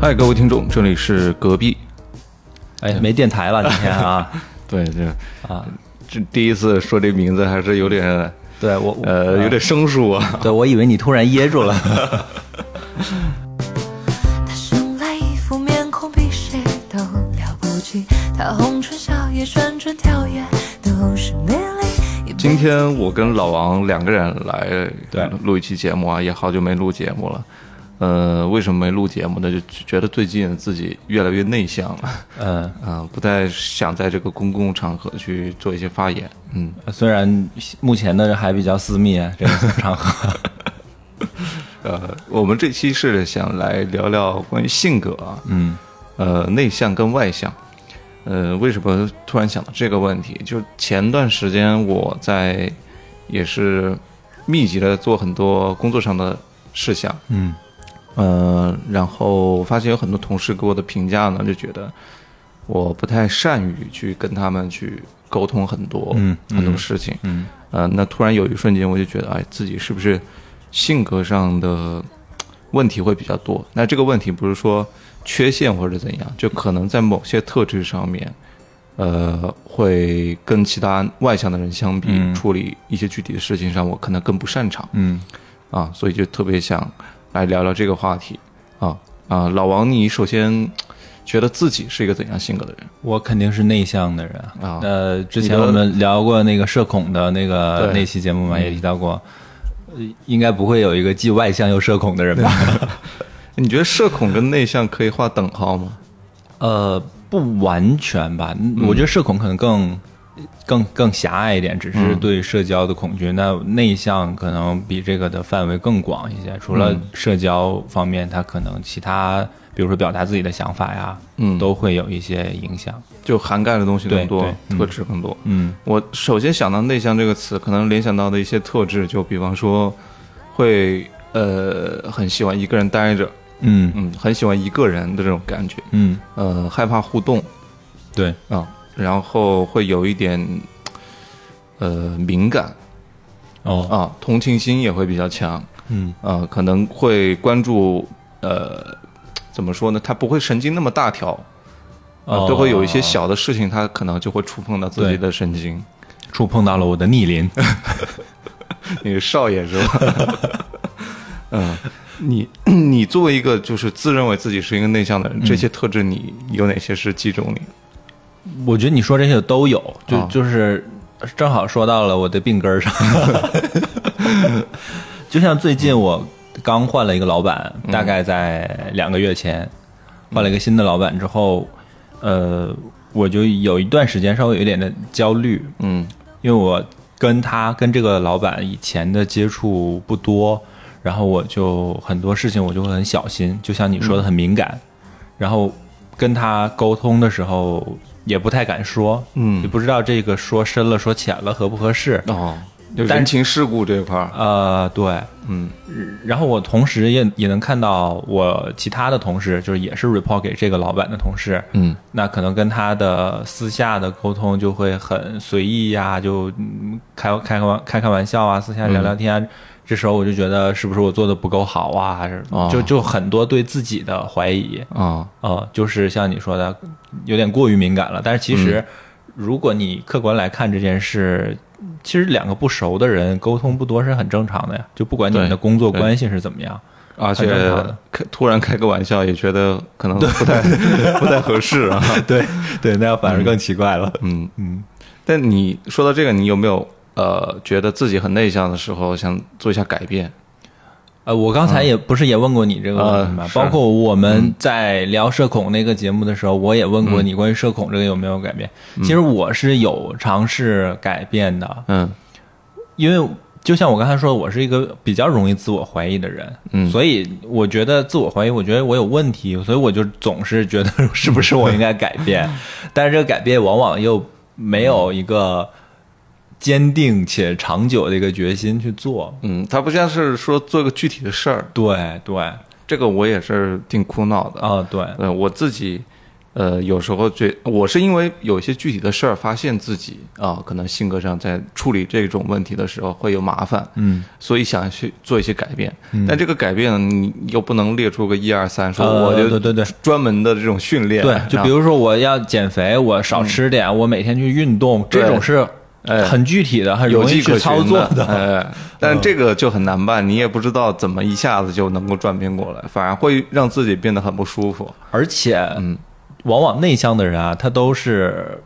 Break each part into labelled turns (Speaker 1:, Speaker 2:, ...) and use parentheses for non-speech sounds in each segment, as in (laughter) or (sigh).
Speaker 1: 嗨，各位听众，这里是隔壁。
Speaker 2: 哎，没电台了今天啊！
Speaker 1: 对，这
Speaker 2: 啊，
Speaker 1: 这第一次说这名字还是有点
Speaker 2: (laughs) 对我我
Speaker 1: 呃有点生疏啊。
Speaker 2: 对我以为你突然噎住了。 (laughs)
Speaker 3: 他生来一副面孔比谁都了不起，他红唇笑靥、旋转跳跃都是魅力。一辈
Speaker 1: 今天我跟老王两个人来
Speaker 2: 对
Speaker 1: 录一期节目啊，也好久没录节目了。呃，为什么没录节目呢？就觉得最近自己越来越内向了，
Speaker 2: 嗯，
Speaker 1: 嗯、不太想在这个公共场合去做一些发言。嗯，
Speaker 2: 虽然目前的还比较私密啊这个场合，
Speaker 1: 呃，我们这期是想来聊聊关于性格啊，嗯，呃，内向跟外向，呃，为什么突然想到这个问题？就是前段时间我在也是密集的做很多工作上的事项，
Speaker 2: (laughs) 嗯，
Speaker 1: 呃，然后我发现有很多同事给我的评价呢，就觉得我不太善于去跟他们去沟通很多、
Speaker 2: 嗯嗯
Speaker 1: 很多事情，
Speaker 2: 嗯，
Speaker 1: 呃，那突然有一瞬间我就觉得，哎，自己是不是性格上的呃问题会比较多？那这个问题不是说缺陷或者怎样，就可能在某些特质上面，呃，会跟其他外向的人相比，
Speaker 2: 嗯
Speaker 1: 处理一些具体的事情上，我可能更不擅长。
Speaker 2: 嗯，
Speaker 1: 啊，所以就特别想来聊聊这个话题啊啊，老王，你首先觉得自己是一个怎样性格的人？
Speaker 2: 我肯定是内向的人
Speaker 1: 啊
Speaker 2: 呃，之前
Speaker 1: 你都
Speaker 2: 我们聊过那个社恐的那个
Speaker 1: 对
Speaker 2: 那期节目嘛，也提到过，呃应该不会有一个既外向又社恐的人 (laughs) 吧？
Speaker 1: 你觉得社恐跟内向可以划等号吗？
Speaker 2: 呃，不完全吧，
Speaker 1: 嗯
Speaker 2: 我觉得社恐可能更更更狭隘一点，只
Speaker 1: 嗯
Speaker 2: 是对社交的恐惧。那内向可能比这个的范围更广一些，除了
Speaker 1: 嗯
Speaker 2: 社交方面，他可能其他，比如说表达自己的想法呀，
Speaker 1: 嗯
Speaker 2: 都会有一些影响。
Speaker 1: 就涵盖的东西更多
Speaker 2: 对，对
Speaker 1: 特质更多。
Speaker 2: 嗯
Speaker 1: 我首先想到“内向”这个词，可能联想到的一些特质，就比方说会呃很喜欢一个人待着，
Speaker 2: 嗯
Speaker 1: 嗯，很喜欢一个人的这种感觉，
Speaker 2: 嗯，
Speaker 1: 呃，害怕互动
Speaker 2: 对，
Speaker 1: 啊，然后会有一点呃敏感
Speaker 2: 哦，
Speaker 1: 啊，同情心也会比较强。
Speaker 2: 嗯
Speaker 1: 呃，可能会关注呃，怎么说呢？他不会神经那么大条，呃
Speaker 2: 哦
Speaker 1: 都会有一些小的事情，他可能就会触碰到自己的神经。
Speaker 2: 触碰到了我的逆鳞。
Speaker 1: 你是少爷是吧？ (laughs) 嗯，你 (clears throat) 你作为一个就是自认为自己是一个内向的人，这些特质你有哪些是击中你？
Speaker 2: 我觉得你说这些都有，就、
Speaker 1: 啊
Speaker 2: 就是正好说到了我的病根儿上。 (laughs) 就像最近我刚换了一个老板，大概在两个月前换了一个新的老板之后，呃，我就有一段时间稍微有一点的焦虑，
Speaker 1: 嗯
Speaker 2: 因为我跟他跟这个老板以前的接触不多，然后我就很多事情我就会很小心，就像你说的很敏感，
Speaker 1: 嗯
Speaker 2: 然后跟他沟通的时候也不太敢说，
Speaker 1: 嗯
Speaker 2: 也不知道这个说深了说浅了合不合适，
Speaker 1: 哦，就
Speaker 2: 但
Speaker 1: 人情世故这一块儿，
Speaker 2: 呃，对，
Speaker 1: 嗯
Speaker 2: 然后我同时也也能看到我其他的同事，就是也是 report 给这个老板的同事，
Speaker 1: 嗯
Speaker 2: 那可能跟他的私下的沟通就会很随意呀、就嗯开开个玩开开玩笑啊，私下聊聊天啊、这时候我就觉得是不是我做的不够好啊？还是
Speaker 1: 哦
Speaker 2: 就就很多对自己的怀疑，
Speaker 1: 啊
Speaker 2: 呃，就是像你说的，有点过于敏感了。但是其实，如果你客观来看这件事，其实两个不熟的人沟通不多是很正常的呀。就不管你们
Speaker 1: 对
Speaker 2: 的工作
Speaker 1: 对
Speaker 2: 关系是怎么样，
Speaker 1: 而且
Speaker 2: 很正常的
Speaker 1: 开突然开个玩笑，也觉得可 (laughs) 能不太不太合适 (laughs) 啊。
Speaker 2: (laughs) 对对，那样反而更奇怪了。
Speaker 1: 嗯，嗯，但你说到这个，你有没有呃觉得自己很内向的时候，想做一下改变？
Speaker 2: 呃，我刚才也不是也问过你这个问题吗
Speaker 1: 嗯啊？是
Speaker 2: 包括我们在聊社恐那个节目的时候，我也问
Speaker 1: 嗯
Speaker 2: 过你关于社恐这个有没有改变。其实我是有尝试改变的，
Speaker 1: 嗯
Speaker 2: 因为就像我刚才说，我是一个比较容易自我怀疑的人，
Speaker 1: 嗯
Speaker 2: 所以我觉得自我怀疑，我觉得我有问题，所以我就总是
Speaker 1: (laughs)
Speaker 2: 觉得是不是我应该改变，但是这个改变往往又没有一个坚定且长久的一个决心去做。
Speaker 1: 嗯，他不像是说做个具体的事儿，
Speaker 2: 对对，
Speaker 1: 嗯这个我也是挺苦恼的。
Speaker 2: 啊对，
Speaker 1: 呃，我自己呃，有时候觉我是因为有一些具体的事儿，发现自己啊，可能性格上在处理这种问题的时候会有麻烦，
Speaker 2: 嗯，
Speaker 1: 所以想去做一些改变。但这个改变你又不能列出个一二三，说我
Speaker 2: 呃
Speaker 1: 就
Speaker 2: 对对对
Speaker 1: 专门的这种训练，
Speaker 2: 对，就
Speaker 1: 然后
Speaker 2: 比如说我要减肥，我少吃点，我每天去运动，这种是
Speaker 1: 哎
Speaker 2: 很具体的，很
Speaker 1: 有
Speaker 2: 容易
Speaker 1: 迹
Speaker 2: 去
Speaker 1: 可
Speaker 2: 操
Speaker 1: 循
Speaker 2: 作
Speaker 1: (laughs)
Speaker 2: 嗯
Speaker 1: 的，
Speaker 2: (laughs)
Speaker 1: 哎，但这个就很难办，你也不知道怎么一下子就能够转变过来，反而会让自己变得很不舒服。
Speaker 2: 而且，
Speaker 1: 嗯
Speaker 2: 往往内向的人啊，他都是，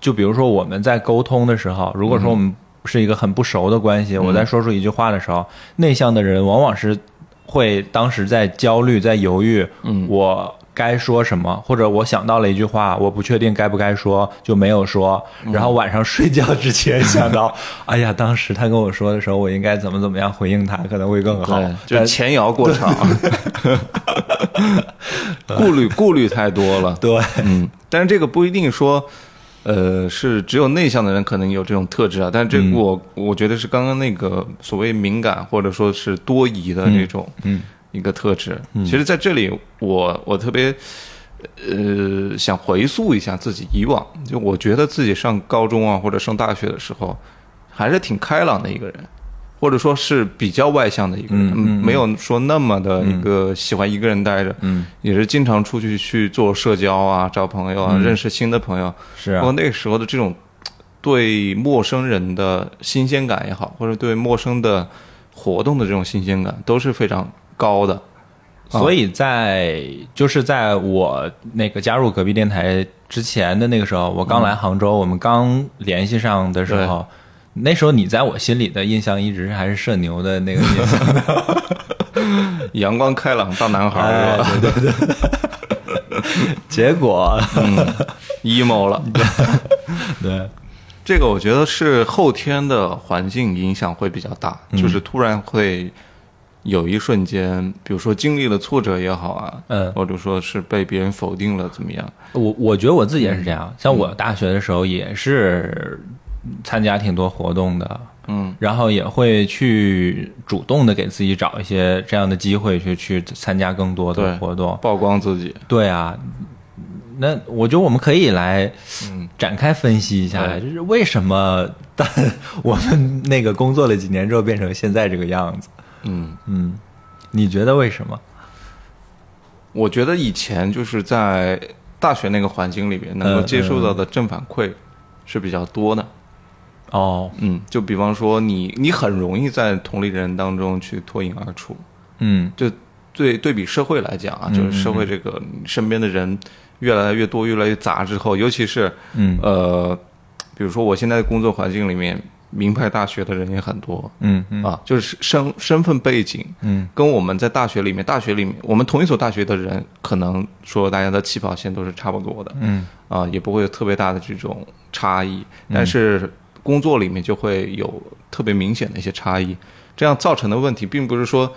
Speaker 2: 就比如说我们在沟通的时候，如果说我们是一个很不熟的关
Speaker 1: 嗯
Speaker 2: 系，我在说出一句话的时候，内向的人往往是会当时在焦虑，在犹豫，
Speaker 1: 嗯
Speaker 2: 我。该说什么，或者我想到了一句话，我不确定该不该说，就没有说。
Speaker 1: 嗯
Speaker 2: 然后晚上睡觉之前
Speaker 1: (laughs)
Speaker 2: 想到，哎呀，当时他跟我说的时候，我应该怎么怎么样回应他，可能会更好
Speaker 1: 对，。就是
Speaker 2: 但
Speaker 1: 前摇过场， (laughs) 顾虑顾虑太多了。
Speaker 2: 对，
Speaker 1: 嗯，但是这个不一定说，呃，是只有内向的人可能有这种特质啊。但是这个我、我觉得是刚刚那个所谓敏感或者说是多疑的这种一个特质。其实在这里我我特别呃想回溯一下自己以往，就我觉得自己上高中啊或者上大学的时候，还是挺开朗的一个人。或者说是比较外向的一个人，嗯没有说那么的一个喜欢一个人待着，
Speaker 2: 嗯
Speaker 1: 也是经常出去去做社交啊，找朋友啊，认识新的朋友。
Speaker 2: 是
Speaker 1: 包
Speaker 2: 啊
Speaker 1: 括，那个时候的这种对陌生人的新鲜感也好，或者对陌生的活动的这种新鲜感都是非常高的。
Speaker 2: 所以在就是在我那个加入隔壁电台之前的那个时候，我刚来杭州，我们刚联系上的时候，那时候你在我心里的印象一直还是社牛的那个印 (laughs) 象，
Speaker 1: 阳光开朗大男孩
Speaker 2: 哎
Speaker 1: 儿是吧、 (laughs)
Speaker 2: 对对对。结 (laughs) 果，
Speaker 1: e m o 了。
Speaker 2: 对，
Speaker 1: 这个我觉得是后天的环境影响会比较大，
Speaker 2: 嗯
Speaker 1: 就是突然会有一瞬间，比如说经历了挫折也好啊，
Speaker 2: 嗯
Speaker 1: 或者说是被别人否定了怎么样，
Speaker 2: 我我觉得我自己也是这样，像我大学的时候也是参加挺多活动的，
Speaker 1: 嗯，
Speaker 2: 然后也会去主动的给自己找一些这样的机会去去参加更多
Speaker 1: 对
Speaker 2: 的活动，
Speaker 1: 曝光自己，
Speaker 2: 对啊，那我觉得我们可以来展开分析一下，
Speaker 1: 对
Speaker 2: 就是为什么但 (laughs) 我们那个工作了几年之后变成现在这个样子？
Speaker 1: 嗯，
Speaker 2: 嗯，你觉得为什么？
Speaker 1: 我觉得以前就是在大学那个环境里边，能够接受到的正反馈是比较多的。
Speaker 2: 哦，
Speaker 1: 嗯，就比方说你，你很容易在同龄人当中去脱颖而出。
Speaker 2: 嗯
Speaker 1: 就对对比社会来讲啊，就是社会这个你身边的人越来越多、越来越杂之后，尤其是
Speaker 2: 嗯
Speaker 1: 呃，比如说我现在的工作环境里面，名牌大学的人也很多，
Speaker 2: 嗯嗯
Speaker 1: 啊，就是身身份背景，
Speaker 2: 嗯，
Speaker 1: 跟我们在大学里面，大学里面我们同一所大学的人，可能说大家的起跑线都是差不多的，
Speaker 2: 嗯，
Speaker 1: 啊，也不会有特别大的这种差异，但是工作里面就会有特别明显的一些差异，这样造成的问题，并不是说。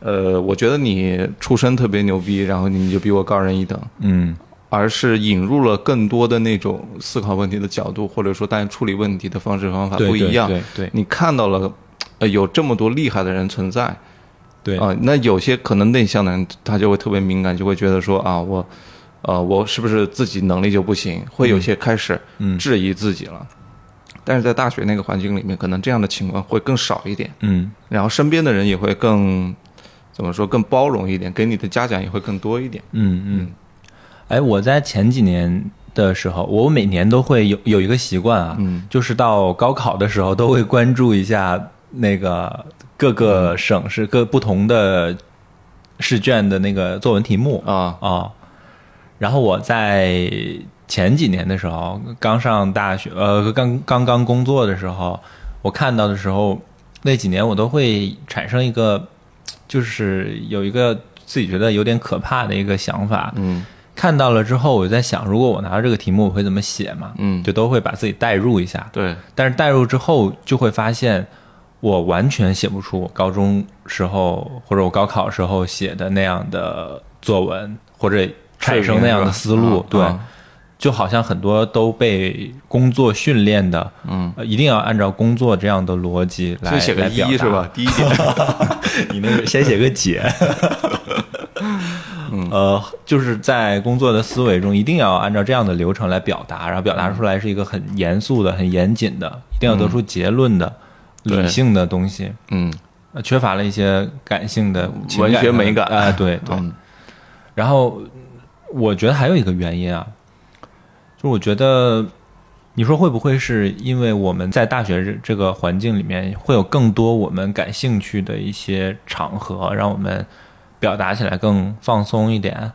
Speaker 1: 呃，我觉得你出身特别牛逼，然后你就比我高人一等，
Speaker 2: 嗯
Speaker 1: 而是引入了更多的那种思考问题的角度，或者说大家处理问题的方式方法
Speaker 2: 对
Speaker 1: 不一样。
Speaker 2: 对对对
Speaker 1: 你看到了，呃，有这么多厉害的人存在啊、
Speaker 2: 对
Speaker 1: 那有些可能内向的人他就会特别敏感，就会觉得说啊，我，呃，我是不是自己能力就不行？会有些开始
Speaker 2: 嗯
Speaker 1: 质疑自己了。但是在大学那个环境里面，可能这样的情况会更少一点，
Speaker 2: 嗯
Speaker 1: 然后身边的人也会更怎么说更包容一点，给你的嘉奖也会更多一点。
Speaker 2: 嗯嗯。哎，我在前几年的时候，我每年都会有有一个习惯啊，
Speaker 1: 嗯
Speaker 2: 就是到高考的时候都会关注一下那个各个省市、各不同的试卷的那个作文题目
Speaker 1: 啊，
Speaker 2: 啊。然后我在前几年的时候，刚上大学，呃，刚刚刚工作的时候，我看到的时候，那几年我都会产生一个，就是有一个自己觉得有点可怕的一个想法，
Speaker 1: 嗯
Speaker 2: 看到了之后，我就在想，如果我拿到这个题目，我会怎么写嘛？
Speaker 1: 嗯，
Speaker 2: 就都会把自己代入一下。
Speaker 1: 对，
Speaker 2: 但是代入之后，就会发现我完全写不出我高中时候或者我高考时候写的那样的作文，或者产生那样的思路。
Speaker 1: 是
Speaker 2: 对
Speaker 1: 吧啊，
Speaker 2: 就好像很多都被工作训练的，
Speaker 1: 嗯，
Speaker 2: 呃一定要按照工作这样的逻辑来
Speaker 1: 先写个
Speaker 2: 来表
Speaker 1: 一
Speaker 2: 达 (laughs)
Speaker 1: 是吧？第一点，
Speaker 2: 你那个先写个解。嗯，呃，就是在工作的思维中，一定要按照这样的流程来表达，然后表达出来是一个很严肃的、很严谨的，一定要得出结论的、
Speaker 1: 对
Speaker 2: 理性的东西，
Speaker 1: 嗯，
Speaker 2: 呃缺乏了一些感性的情
Speaker 1: 文
Speaker 2: 感
Speaker 1: 学
Speaker 2: 上的
Speaker 1: 美感
Speaker 2: 啊、对对。
Speaker 1: 嗯
Speaker 2: 然后我觉得还有一个原因啊，就是我觉得你说会不会是因为我们在大学这这个环境里面会有更多我们感兴趣的一些场合，让我们表达起来更放松一点？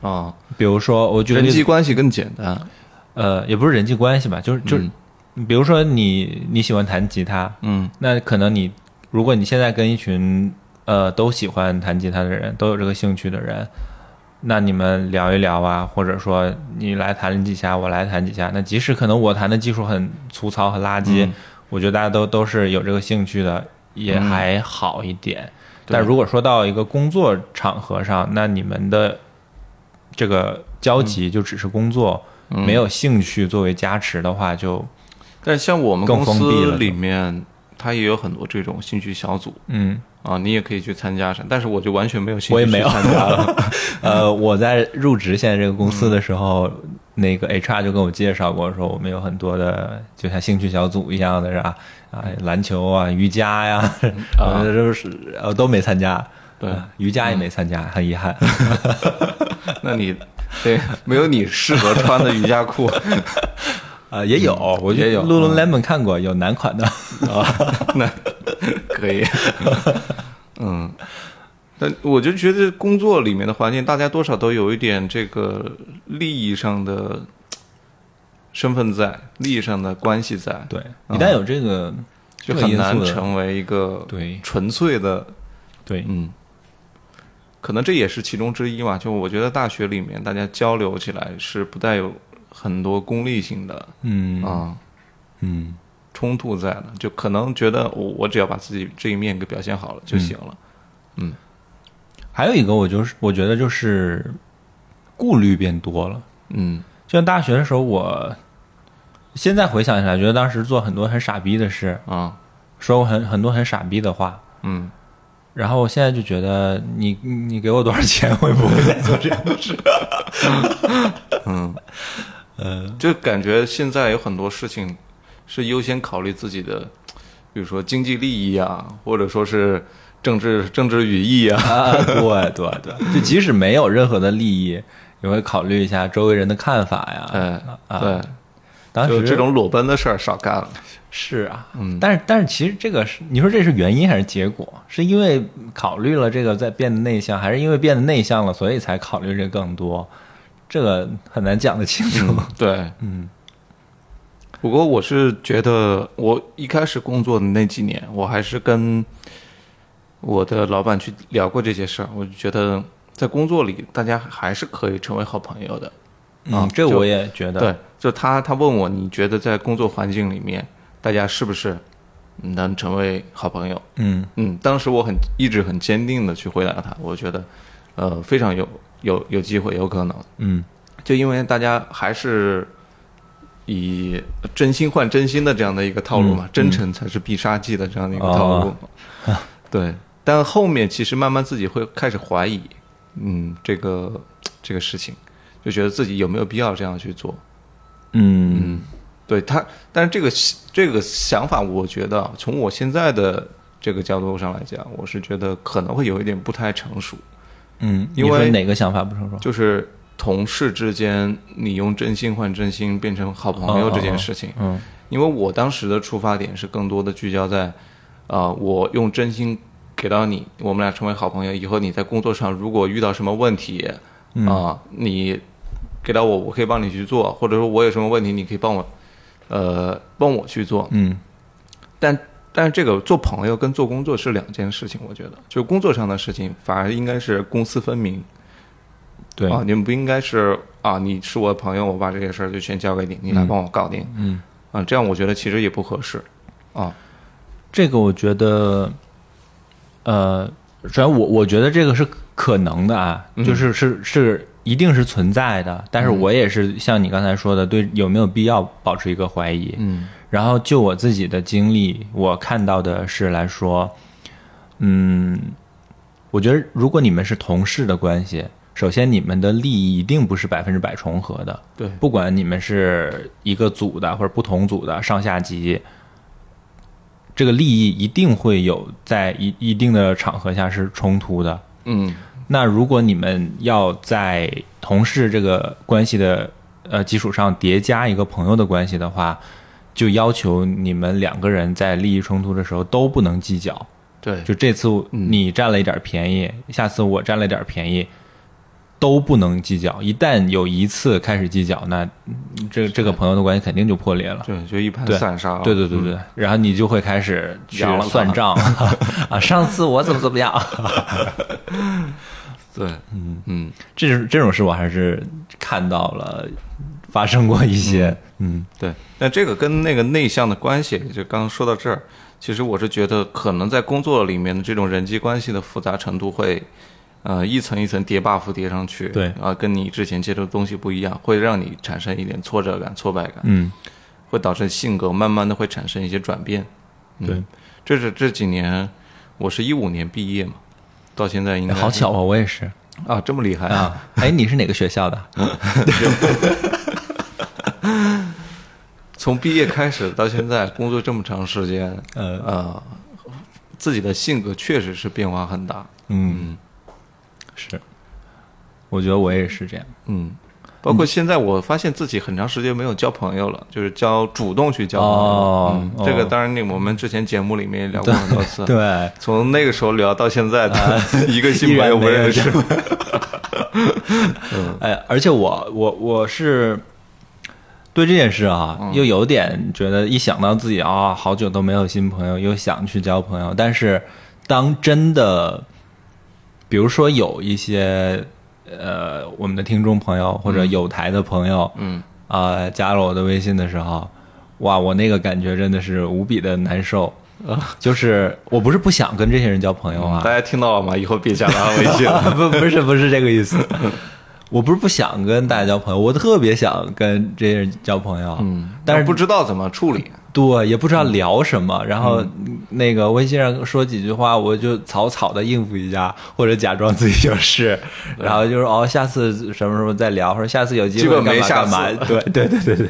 Speaker 1: 啊，
Speaker 2: 比如说，我觉得
Speaker 1: 人际关系更简单，
Speaker 2: 呃，也不是人际关系吧，就是就是，比如说你你喜欢弹吉他，
Speaker 1: 嗯
Speaker 2: 那可能你如果你现在跟一群呃都喜欢弹吉他的人，都有这个兴趣的人，那你们聊一聊啊，或者说你来弹几下，我来弹几下。那即使可能我弹的技术很粗糙、很垃圾，
Speaker 1: 嗯
Speaker 2: 我觉得大家都都是有这个兴趣的，也
Speaker 1: 嗯
Speaker 2: 还好一点。
Speaker 1: 对
Speaker 2: 但如果说到一个工作场合上，那你们的这个交集就只是工作，
Speaker 1: 嗯
Speaker 2: 没有兴趣作为加持的话就，
Speaker 1: 但像我们
Speaker 2: 更
Speaker 1: 公
Speaker 2: 封闭了
Speaker 1: 司里面，它也有很多这种兴趣小组
Speaker 2: 嗯，
Speaker 1: 啊，你也可以去参加啥，但是我就完全没有兴趣，
Speaker 2: 我也没有。参加 (laughs) 了。呃，我在入职现在这个公司的时候，那个 HR 就跟我介绍过，说我们有很多的，就像兴趣小组一样的是吧？啊，篮球啊，瑜伽呀、
Speaker 1: 啊
Speaker 2: 呃，就是呃都没参加。
Speaker 1: 对
Speaker 2: 呃瑜伽也没参加，很遗憾。
Speaker 1: 那你对 (laughs) 没有你适合穿的瑜伽裤 (laughs)
Speaker 2: 呃，也有，嗯我觉
Speaker 1: 也
Speaker 2: 得
Speaker 1: 有
Speaker 2: Lululemon 看过，有男款的。
Speaker 1: 啊，那可以，嗯。但我就觉得工作里面的环境，大家多少都有一点这个利益上的身份在，利益上的关系在，
Speaker 2: (laughs) 对，一旦有这个，
Speaker 1: 就
Speaker 2: 这个
Speaker 1: 很
Speaker 2: 因
Speaker 1: 难
Speaker 2: 素的
Speaker 1: 成为一个
Speaker 2: 对
Speaker 1: 纯粹的
Speaker 2: 对，
Speaker 1: 嗯，可能这也是其中之一吧。就我觉得大学里面大家交流起来是不带有很多功利性的
Speaker 2: 嗯
Speaker 1: 啊、
Speaker 2: 嗯，
Speaker 1: 冲突在的，就可能觉得我我只要把自己这一面给表现好
Speaker 2: 嗯
Speaker 1: 了就行了。
Speaker 2: 还有一个，我就是我觉得就是顾虑变多了。
Speaker 1: 嗯
Speaker 2: 就像大学的时候我，现在回想起来，觉得当时做很多很傻逼的事，
Speaker 1: 啊
Speaker 2: 说过很很多很傻逼的话。
Speaker 1: 嗯，
Speaker 2: 然后我现在就觉得你，你给我多少钱，我也不会再做 (laughs) 这样的事。
Speaker 1: 就感觉现在有很多事情是优先考虑自己的，比如说经济利益啊，或者说是政治政治语义啊。
Speaker 2: 啊，对对对，就即使没有任何的利益，也会考虑一下周围人的看法呀。
Speaker 1: 嗯，
Speaker 2: 啊，
Speaker 1: 对，
Speaker 2: 当
Speaker 1: 就
Speaker 2: 时
Speaker 1: 这种裸奔的事儿少干了。
Speaker 2: 是啊，嗯，但是但是其实这个是你说这是原因还是结果？是因为考虑了这个在变得内向，还是因为变得内向了，所以才考虑这更多？这个很难讲得清楚。
Speaker 1: 对，嗯。不过我是觉得，我一开始工作的那几年，我还是跟我的老板去聊过这些事儿。我就觉得，在工作里，大家还是可以成为好朋友的。
Speaker 2: 嗯，这
Speaker 1: 就
Speaker 2: 我也觉得。
Speaker 1: 对，就他他问我，你觉得在工作环境里面，大家是不是能成为好朋友？
Speaker 2: 嗯
Speaker 1: 嗯，当时我很一直很坚定的去回答他，我觉得，呃，非常有有有机会，有可能。
Speaker 2: 嗯
Speaker 1: 就因为大家还是以真心换真心的这样的一个套路嘛，真诚才是必杀技的这样的一个套路。对，但后面其实慢慢自己会开始怀疑，嗯，这个这个事情，就觉得自己有没有必要这样去做。
Speaker 2: 嗯
Speaker 1: 对他，但是这个这个想法，我觉得啊从我现在的这个角度上来讲，我是觉得可能会有一点不太成熟。
Speaker 2: 嗯，
Speaker 1: 因
Speaker 2: 你说
Speaker 1: 为
Speaker 2: 哪个想法不成熟？
Speaker 1: 就是同事之间，你用真心换真心变成好朋友这件事情。
Speaker 2: 嗯
Speaker 1: 因为我当时的出发点是更多的聚焦在，啊，我用真心给到你，我们俩成为好朋友以后，你在工作上如果遇到什么问题，啊、你给到我，我可以帮你去做，或者说我有什么问题，你可以帮我，呃，帮我去做。
Speaker 2: 嗯
Speaker 1: 但但是这个做朋友跟做工作是两件事情，我觉得，就工作上的事情反而应该是公私分明。
Speaker 2: 对
Speaker 1: 啊，你们不应该是啊，你是我的朋友，我把这些事儿就全交给你，你来帮我搞定。
Speaker 2: 嗯
Speaker 1: 啊，这样我觉得其实也不合适。啊，
Speaker 2: 这个我觉得，呃，首先我我觉得这个是可能的啊，
Speaker 1: 嗯
Speaker 2: 就是是是一定是存在的，但是我也是像你刚才说的，对有没有必要保持一个怀疑。
Speaker 1: 嗯
Speaker 2: 然后就我自己的经历，我看到的是来说，嗯，我觉得如果你们是同事的关系，首先你们的利益一定不是百分之百重合的，
Speaker 1: 对
Speaker 2: 不管你们是一个组的或者不同组的上下级，这个利益一定会有在一一定的场合下是冲突的。
Speaker 1: 嗯
Speaker 2: 那如果你们要在同事这个关系的呃基础上叠加一个朋友的关系的话，就要求你们两个人在利益冲突的时候都不能计较。
Speaker 1: 对，
Speaker 2: 就这次你占了一点便宜，下次我占了一点便宜，都不能计较。一旦有一次开始计较，那嗯这这个朋友的关系肯定就破裂了。
Speaker 1: 对，就一盘
Speaker 2: 对
Speaker 1: 散沙了。啊
Speaker 2: 对对对对，然后你就会开始去
Speaker 1: 扬了
Speaker 2: 算
Speaker 1: 他
Speaker 2: 账 (laughs) 啊！上次我怎么怎么样？
Speaker 1: 对，嗯嗯，
Speaker 2: 这种这种事我还是看到了发生过一些，嗯
Speaker 1: 对。那这个跟那个内向的关系，就刚刚说到这儿，其实我是觉得，可能在工作里面的这种人际关系的复杂程度会，呃，一层一层叠 buff 叠上去。
Speaker 2: 对
Speaker 1: 啊，跟你之前接触的东西不一样，会让你产生一点挫折感、挫败感，
Speaker 2: 嗯，
Speaker 1: 会导致性格慢慢的会产生一些转变。
Speaker 2: 对，
Speaker 1: 这是这几年，我是一五年毕业嘛，到现在应该
Speaker 2: 好巧啊，我也是
Speaker 1: 啊，这么厉害啊！
Speaker 2: (laughs) 啊。哎，你是哪个学校的？
Speaker 1: 从毕业开始到现在，工作这么长时
Speaker 2: (laughs)
Speaker 1: 间，
Speaker 2: 呃
Speaker 1: 呃，自己的性格确实是变化很大，
Speaker 2: 嗯，是，我觉得我也是这样。
Speaker 1: 嗯，包括现在我发现自己很长时间没有交朋友了，就是交主动去交朋友了，
Speaker 2: 哦
Speaker 1: 嗯这个
Speaker 2: 哦
Speaker 1: 当然那个我们之前节目里面也聊过很多次，
Speaker 2: 对，啊
Speaker 1: 从那个时候聊到现在的 (laughs) 一个
Speaker 2: 依
Speaker 1: 新朋
Speaker 2: 然
Speaker 1: 友不
Speaker 2: 没有
Speaker 1: 认识
Speaker 2: 交， (laughs) 哎，而且我我我是对这件事啊，又有点觉得一想到自己啊，好久都没有新朋友，又想去交朋友，但是当真的，比如说有一些呃，我们的听众朋友或者有台的朋友，
Speaker 1: 嗯
Speaker 2: 啊、加了我的微信的时候，哇，我那个感觉真的是无比的难受。啊就是我不是不想跟这些人交朋友啊，
Speaker 1: 大家听到了吗？以后别加他微信了，
Speaker 2: 不不是不是这个 (laughs) 意思，我不是不想跟大家交朋友，我特别想跟这些人交朋友，
Speaker 1: 嗯，
Speaker 2: (laughs) 但是
Speaker 1: 不知道怎么处理，啊
Speaker 2: 对也不知道聊什么，然后那个微信上说几句话，我就草草的应付一下，或者假装自己有事，然后就是哦，下次什么时候再聊，或者下次有机
Speaker 1: 基
Speaker 2: 会
Speaker 1: 本
Speaker 2: 干
Speaker 1: 没
Speaker 2: 嘛
Speaker 1: 下
Speaker 2: 干嘛，
Speaker 1: 次
Speaker 2: 对对对 (laughs) 对对，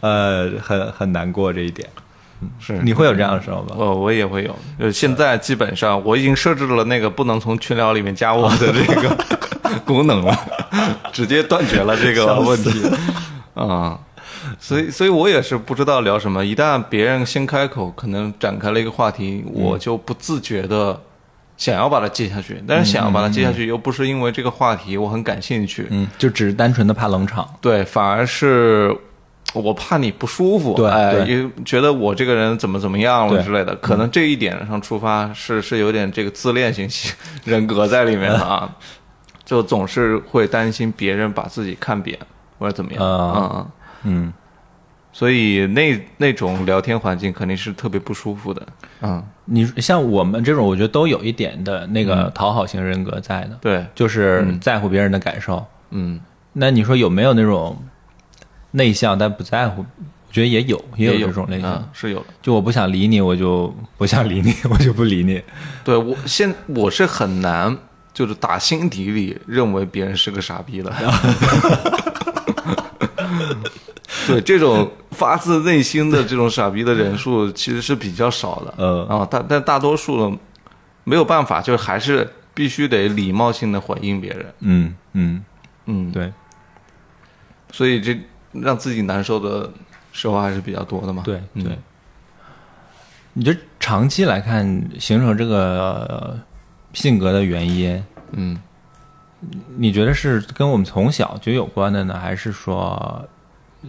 Speaker 2: 呃，很很难过这一点，
Speaker 1: 是
Speaker 2: 你会有这样的时候吗？
Speaker 1: 我我也会有，呃，现在基本上我已经设置了那个不能从群聊里面加我的这个功能了，直接断绝了这个问题啊、所以所以我也是不知道聊什么，一旦别人先开口，可能展开了一个话题，我就不自觉的想要把它接下去，但是想要把它接下去，又不是因为这个话题我很感兴趣，
Speaker 2: 嗯，就只是单纯的怕冷场，
Speaker 1: 对，反而是我怕你不舒服，
Speaker 2: 对
Speaker 1: 哎，
Speaker 2: 对
Speaker 1: 也觉得我这个人怎么怎么样了
Speaker 2: 对嗯
Speaker 1: 之类的，可能这一点上出发是是有点这个自恋型 (laughs) 人格在里面的
Speaker 2: 嗯
Speaker 1: 啊， (laughs) 就总是会担心别人把自己看扁或者怎么样
Speaker 2: 啊
Speaker 1: 啊、嗯
Speaker 2: 嗯。
Speaker 1: 所以那那种聊天环境肯定是特别不舒服的，嗯，
Speaker 2: 你像我们这种，我觉得都有一点的那个讨好型人格在的，
Speaker 1: 对，
Speaker 2: 就是在乎别人的感受。
Speaker 1: 嗯，
Speaker 2: 那你说有没有那种内向但不在乎？我觉得也有，也有这啊种类型。
Speaker 1: 嗯是有的。
Speaker 2: 就我不想理你，我就不想理你， (laughs) 我就不理你。
Speaker 1: 对我现我是很难，就是打心底里认为别人是个傻逼的。 (laughs) 对这种发自内心的这种傻逼的人数其实是比较少的，
Speaker 2: 嗯
Speaker 1: 啊，大但大多数没有办法，就是还是必须得礼貌性的回应别人，
Speaker 2: 嗯嗯，
Speaker 1: 嗯，，
Speaker 2: 对
Speaker 1: 所以这让自己难受的时候还是比较多的嘛，
Speaker 2: 对
Speaker 1: 嗯
Speaker 2: 对。你觉得长期来看形成这个、呃性格的原因，
Speaker 1: 嗯。
Speaker 2: 你觉得是跟我们从小就有关的呢，还是说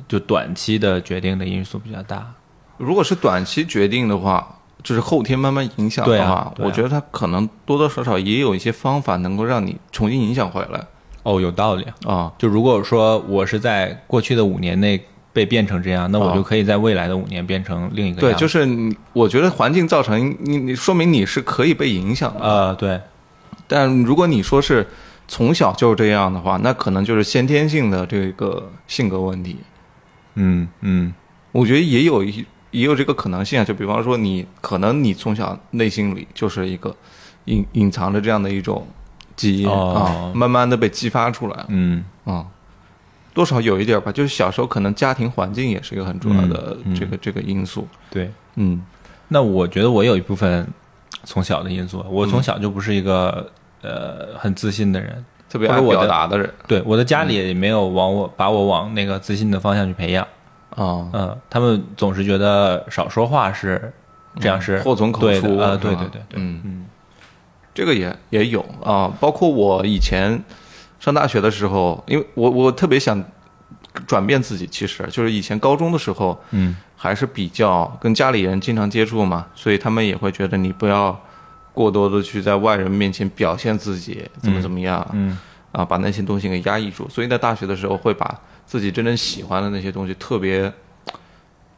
Speaker 2: 就短期的决定的因素比较大？
Speaker 1: 如果是短期决定的话，就是后天慢慢影响的
Speaker 2: 对
Speaker 1: 话，
Speaker 2: 啊对啊
Speaker 1: 我觉得它可能多多少少也有一些方法能够让你重新影响回来
Speaker 2: 哦，有道理。
Speaker 1: 啊。
Speaker 2: 就如果说我是在过去的五年内被变成这样，那我
Speaker 1: 哦
Speaker 2: 就可以在未来的五年变成另一个
Speaker 1: 对，
Speaker 2: 样子
Speaker 1: 就是你，我觉得环境造成你，你说明你是可以被影响的。
Speaker 2: 呃，对，
Speaker 1: 但如果你说是从小就是这样的话，那可能就是先天性的这个性格问题。
Speaker 2: 嗯嗯
Speaker 1: 我觉得也有一也有这个可能性啊，就比方说你可能你从小内心里就是一个隐隐藏着这样的一种基因、啊，
Speaker 2: 哦
Speaker 1: 慢慢的被激发出来了。
Speaker 2: 嗯
Speaker 1: 啊、多少有一点吧。就是小时候可能家庭环境也是一个很重要的
Speaker 2: 嗯嗯
Speaker 1: 这个、这个因素。
Speaker 2: 对。
Speaker 1: 嗯
Speaker 2: 那我觉得我有一部分从小的因素，我
Speaker 1: 嗯
Speaker 2: 从小就不是一个、呃很自信的人，
Speaker 1: 特别
Speaker 2: 或
Speaker 1: 爱
Speaker 2: 者我
Speaker 1: 表
Speaker 2: 的
Speaker 1: 达的人
Speaker 2: 对我的家
Speaker 1: 嗯
Speaker 2: 里也没有往我把我往那个自信的方向去培养，
Speaker 1: 啊，
Speaker 2: 嗯、他们总是觉得少说话是这样是
Speaker 1: 嗯祸从口
Speaker 2: 对的
Speaker 1: 出
Speaker 2: 呃
Speaker 1: 是
Speaker 2: 对
Speaker 1: 吧
Speaker 2: 对对对，
Speaker 1: 嗯
Speaker 2: 嗯
Speaker 1: 这个也也有啊。包括我以前上大学的时候，因为我我特别想转变自己，其实就是以前高中的时候，
Speaker 2: 嗯
Speaker 1: 还是比较跟家里人经常接触嘛，所以他们也会觉得你不要过多的去在外人面前表现自己，怎么怎么样，
Speaker 2: 嗯
Speaker 1: 啊，把那些东西给压抑住。所以在大学的时候，会把自己真正喜欢的那些东西特别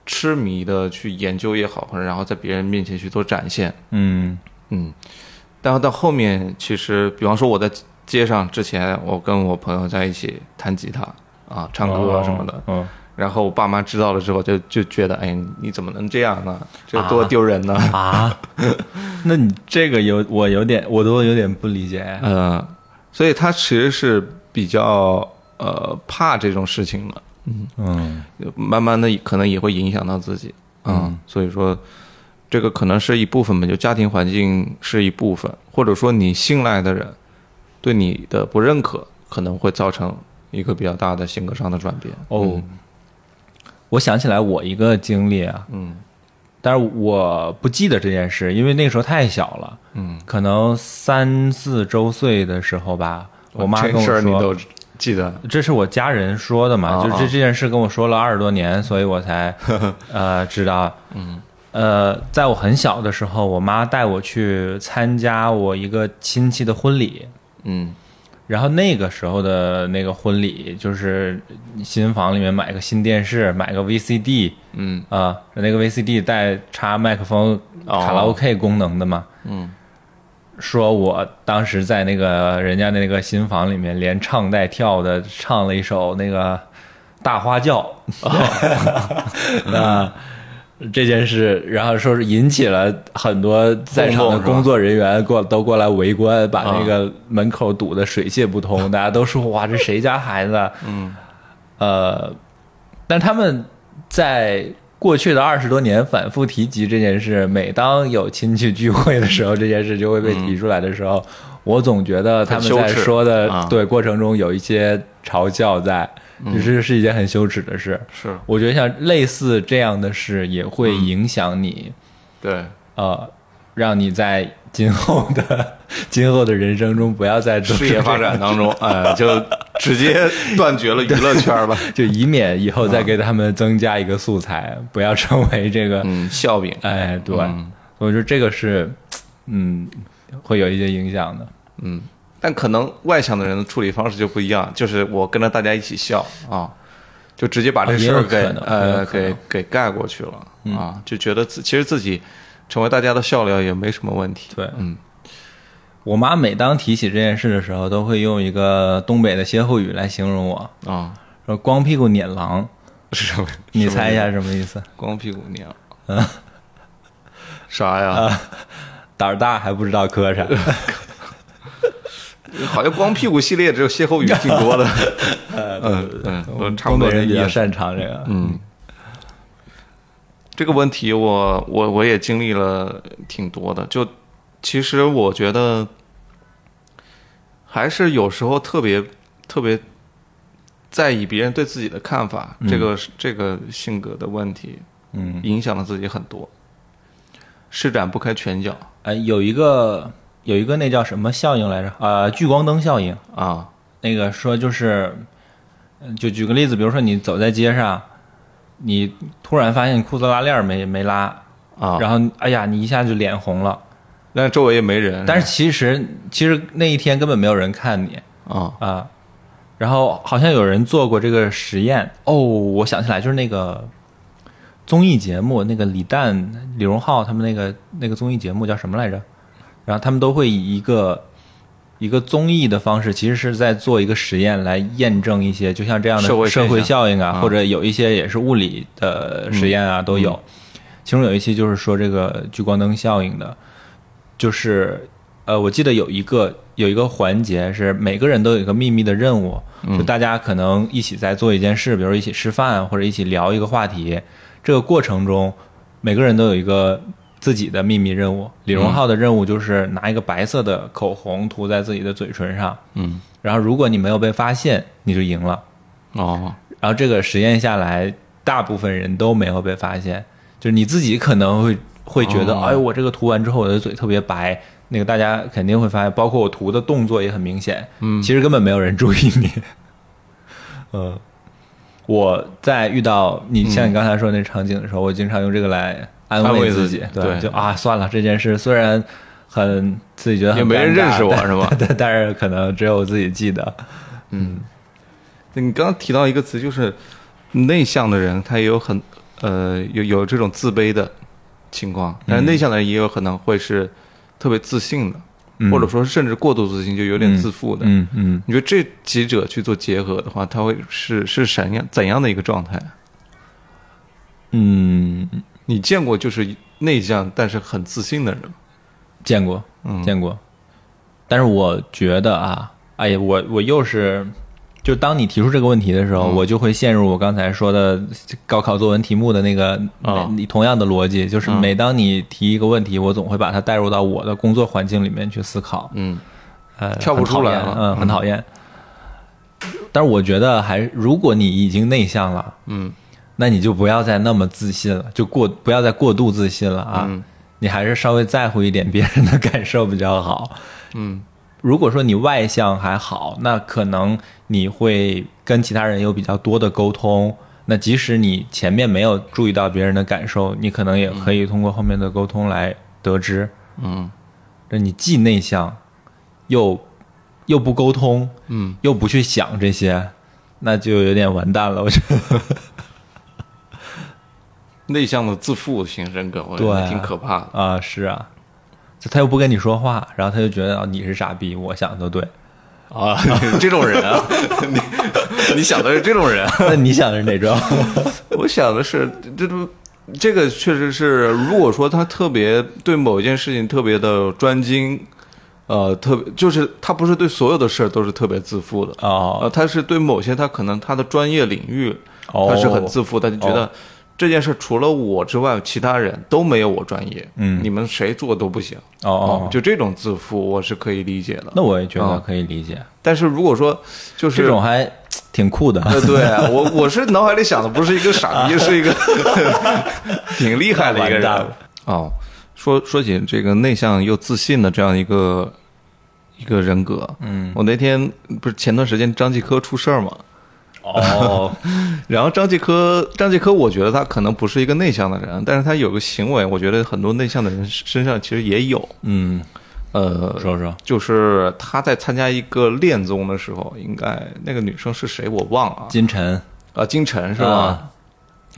Speaker 1: 痴迷的去研究也好，或者然后在别人面前去做展现，
Speaker 2: 嗯
Speaker 1: 嗯。但到后面，其实比方说我在街上之前，我跟我朋友在一起弹吉他啊、唱歌啊什么的，
Speaker 2: 哦，嗯
Speaker 1: 然后我爸妈知道了之后就，就觉得，哎，你怎么能这样呢？这多丢人呢！ (laughs)
Speaker 2: 啊， (laughs) 那你这个有我有点，我都有点不理解。啊
Speaker 1: 呃，所以他其实是比较呃怕这种事情的，
Speaker 2: 嗯
Speaker 1: 慢慢的可能也会影响到自己，嗯，所以说这个可能是一部分吧，就家庭环境是一部分，或者说你信赖的人对你的不认可，可能会造成一个比较大的性格上的转变。
Speaker 2: 哦，我想起来我一个经历啊，
Speaker 1: 嗯
Speaker 2: 但是我不记得这件事，因为那个时候太小了，
Speaker 1: 嗯，
Speaker 2: 可能三四周岁的时候吧，我妈
Speaker 1: 嗯哦
Speaker 2: 跟
Speaker 1: 这
Speaker 2: 我
Speaker 1: 事儿你都
Speaker 2: 说，
Speaker 1: 记得，
Speaker 2: 这是我家人说的嘛，
Speaker 1: 啊
Speaker 2: 就
Speaker 1: 啊
Speaker 2: 这这件事跟我说了二十多年，所以
Speaker 1: (laughs)
Speaker 2: 我才呃知道，嗯。呃，在我很小的时候，我妈带我去参加我一个亲戚的婚礼，
Speaker 1: 嗯
Speaker 2: 然后那个时候的那个婚礼，就是新房里面买个新电视，买个 VCD
Speaker 1: 嗯
Speaker 2: 啊、那个 VCD 带插麦克风、
Speaker 1: 哦
Speaker 2: 卡拉 OK 功能的嘛。
Speaker 1: 嗯。
Speaker 2: 说我当时在那个人家的那个新房里面，连唱带跳的唱了一首那个《大花轿》 (laughs) 啊、这件事，然后说是引起了很多在场
Speaker 1: 轰
Speaker 2: 的
Speaker 1: 动是吧
Speaker 2: 工作人员过都过来围观，把那个门口堵得水泄不通，大家都说哇，这谁家孩子？嗯，呃，但他们在过去的二十多年反复提及这件事，每当有亲戚聚会的时候，这件事就会被提出来的时候，我总觉得他们在
Speaker 1: 嗯很羞耻
Speaker 2: 说的、
Speaker 1: 啊嗯
Speaker 2: 对过程中有一些嘲笑在，就是是一件很羞耻的事。
Speaker 1: 是
Speaker 2: 我觉得像类似这样的事也会影响你， (laughs)
Speaker 1: 对，
Speaker 2: 呃，让你在今后的 (laughs) 今后的人生中不要再做
Speaker 1: 事业发展当中，哎，就直接断绝了娱乐圈
Speaker 2: (laughs)
Speaker 1: 吧。
Speaker 2: 这个，就以免以后再
Speaker 1: 嗯
Speaker 2: 给他们增加一个素材，不要成为这个，
Speaker 1: 嗯，笑柄，
Speaker 2: 哎，对，
Speaker 1: 嗯
Speaker 2: 我觉得这个是，嗯，会有一些影响的。
Speaker 1: 但可能外向的人的处理方式就不一样，就是我跟着大家一起笑啊，就直接把这事
Speaker 2: 啊也
Speaker 1: 儿
Speaker 2: 有
Speaker 1: 给
Speaker 2: 可能也有
Speaker 1: 呃
Speaker 2: 可能嗯
Speaker 1: 给给盖过去了啊，就觉得自其实自己成为大家的笑料也没什么问题。
Speaker 2: 对
Speaker 1: 嗯，
Speaker 2: 我妈每当提起这件事的时候，都会用一个东北的歇后语来形容我，
Speaker 1: 啊，
Speaker 2: 说“光屁股撵狼
Speaker 1: 是什么”，？
Speaker 2: 你
Speaker 1: 是什么
Speaker 2: 猜一下什么意思？
Speaker 1: 光屁股娘 (laughs) 啥呀？
Speaker 2: 胆儿大还不知道磕 (laughs) 碜。
Speaker 1: 好像光屁股系列只有歇后语挺多
Speaker 2: (laughs)
Speaker 1: 的。
Speaker 2: 哎
Speaker 1: 嗯嗯，都差不
Speaker 2: 东
Speaker 1: 多
Speaker 2: 北
Speaker 1: 这
Speaker 2: 人比
Speaker 1: 意
Speaker 2: 较
Speaker 1: 思。
Speaker 2: 擅长这个。
Speaker 1: 嗯，这个问题我我我也经历了挺多的。就其实我觉得，还是有时候特别特别在意别人对自己的看法，这个这个性格的问题
Speaker 2: 嗯，
Speaker 1: 影响了自己很多，施展不开拳脚
Speaker 2: 哎，有一个有一个那叫什么效应来着？啊，聚光灯效应。
Speaker 1: 啊。
Speaker 2: 那个说就是，嗯就举个例子，比如说你走在街上，你突然发现裤子拉链儿没没拉，
Speaker 1: 啊，
Speaker 2: 然后哎呀，你一下就脸红了。
Speaker 1: 但是周围也没人，
Speaker 2: 但是其实其实那一天根本没有人看你
Speaker 1: 啊，
Speaker 2: 啊。然后好像有人做过这个实验哦，我想起来就是那个综艺节目，那个李诞、李荣浩他们那个那个综艺节目叫什么来着？然后他们都会以一个一个综艺的方式，其实是在做一个实验来验证一些，就像这样的
Speaker 1: 社会现象
Speaker 2: 社会效应啊，
Speaker 1: 啊
Speaker 2: 或者有一些也是物理的实验啊，都有。其中有一期就是说这个聚光灯效应的，就是呃，我记得有一个有一个环节是每个人都有一个秘密的任务，就大家可能一起在做一件事，比如一起吃饭或者一起聊一个话题，这个过程中每个人都有一个自己的秘密任务。李荣浩的任务就是拿一个白色的口红涂在自己的嘴唇上，
Speaker 1: 嗯，
Speaker 2: 然后如果你没有被发现，你就赢了。
Speaker 1: 哦，
Speaker 2: 然后这个实验下来，大部分人都没有被发现，就是你自己可能会会觉得，
Speaker 1: 哦
Speaker 2: 哎，我这个涂完之后我的嘴特别白，那个大家肯定会发现，包括我涂的动作也很明显，嗯，其实根本没有人注意你， (laughs) 嗯。我在遇到你像你刚才说的那场景的时候，我经常用这个来安
Speaker 1: 安
Speaker 2: 慰
Speaker 1: 慰
Speaker 2: 自
Speaker 1: 自
Speaker 2: 己
Speaker 1: 己，对
Speaker 2: 就啊，算了，这件事虽然很自己觉得很
Speaker 1: 也没人
Speaker 2: 尴尬
Speaker 1: 认识我
Speaker 2: 但
Speaker 1: 是吧
Speaker 2: 但但是可能只有我自己记得，
Speaker 1: 嗯你刚刚提到一个词，就是内向的人，他也有很呃有有这种自卑的情况，
Speaker 2: 嗯
Speaker 1: 但是内向的人也有可能会是特别自信的，
Speaker 2: 嗯
Speaker 1: 或者说甚至过度自信，就有点自负的。
Speaker 2: 嗯嗯，
Speaker 1: 你觉得这几者去做结合的话，他会是是怎样怎样的一个状态？
Speaker 2: 嗯，
Speaker 1: 你见过就是内向但是很自信的人吗？
Speaker 2: 见过，
Speaker 1: 嗯
Speaker 2: 见过。但是我觉得啊，哎呀，我我又是，就当你提出这个问题的时
Speaker 1: 嗯
Speaker 2: 候，我就会陷入我刚才说的高考作文题目的那个
Speaker 1: 啊
Speaker 2: 你同样的逻辑，就是
Speaker 1: 嗯
Speaker 2: 每当你提一个问题，我总会把它带入到我的工作环境里面去思考。
Speaker 1: 嗯
Speaker 2: 呃，
Speaker 1: 跳不出来了
Speaker 2: 很讨厌嗯，很讨厌。但是我觉得还，如果你已经内向了，
Speaker 1: 嗯
Speaker 2: 那你就不要再那么自信了，就过不要再过度自信了啊！
Speaker 1: 嗯
Speaker 2: 你还是稍微在乎一点别人的感受比较好。
Speaker 1: 嗯
Speaker 2: 如果说你外向还好，那可能你会跟其他人有比较多的沟通。那即使你前面没有注意到别人的感受，你可能也可以通过后面的沟通来得知。
Speaker 1: 嗯
Speaker 2: 那你既内向，又又不沟通，
Speaker 1: 嗯，
Speaker 2: 又不去想这些，那就有点完蛋了。我觉得。 (laughs)
Speaker 1: 内向的自负型人格，我觉
Speaker 2: 对
Speaker 1: 得
Speaker 2: 啊
Speaker 1: 挺可怕的。
Speaker 2: 啊，是啊，就他又不跟你说话，然后他就觉得、啊你是傻逼，我想
Speaker 1: (laughs)
Speaker 2: 的对。
Speaker 1: 啊，这种人
Speaker 2: (laughs)
Speaker 1: 啊，你你想的是这种人啊、
Speaker 2: 那你想的是哪种？
Speaker 1: (laughs) 我想的是这都。这个确实是，如果说他特别对某一件事情特别的专精，呃，特别就是他不是对所有的事儿都是特别自负的，呃，
Speaker 2: 哦，
Speaker 1: 他是对某些他可能他的专业领域
Speaker 2: 哦
Speaker 1: 他是很自负，他就觉
Speaker 2: 哦
Speaker 1: 得这件事除了我之外，其他人都没有我专业，
Speaker 2: 嗯
Speaker 1: 你们谁做都不行，
Speaker 2: 哦哦
Speaker 1: 就这种自负我是可以理解的。
Speaker 2: 那我也觉得
Speaker 1: 啊
Speaker 2: 可以理解，
Speaker 1: 但是如果说就是
Speaker 2: 这种还挺酷的。
Speaker 1: 呃，对我我是脑海里想的不是一个傻
Speaker 2: (laughs)
Speaker 1: 逼，是一个挺厉害的一个人
Speaker 2: 完蛋了。
Speaker 1: 哦，说说起这个内向又自信的这样一个一个人格，嗯，我那天不是前段时间张继科出事儿嘛，
Speaker 2: 哦，
Speaker 1: 然后张继科，张继科，我觉得他可能不是一个内向的人，但是他有个行为，我觉得很多内向的人身上其实也有， (laughs)
Speaker 2: 嗯，
Speaker 1: 呃，
Speaker 2: 说说，
Speaker 1: 就是他在参加一个恋综的时候，应该那个女生是谁我忘了啊，
Speaker 2: 金晨
Speaker 1: 啊，金晨是吧？
Speaker 2: 啊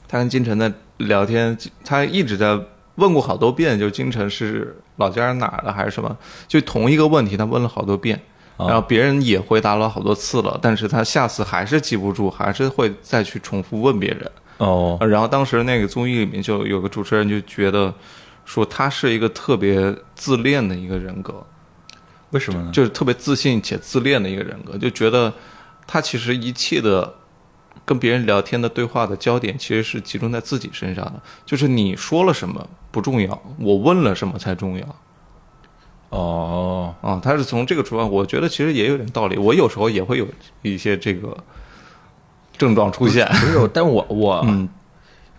Speaker 1: 他跟金晨的聊天，他一直在问过好多遍，就金晨是老家哪儿的还是什么，就同一个问题他问了好多遍，
Speaker 2: 哦
Speaker 1: 然后别人也回答了好多次了，但是他下次还是记不住，还是会再去重复问别人。
Speaker 2: 哦，
Speaker 1: 然后当时那个综艺里面就有个主持人就觉得。说他是一个特别自恋的一个人格，
Speaker 2: 为什么呢？
Speaker 1: 就是特别自信且自恋的一个人格，就觉得他其实一切的跟别人聊天的对话的焦点，其实是集中在自己身上的。就是你说了什么不重要，我问了什么才重要
Speaker 2: 哦，
Speaker 1: 啊！他是从这个出发，我觉得其实也有点道理。我有时候也会有一些这个症状出现。 (laughs)
Speaker 2: 不是，但我我
Speaker 1: 嗯，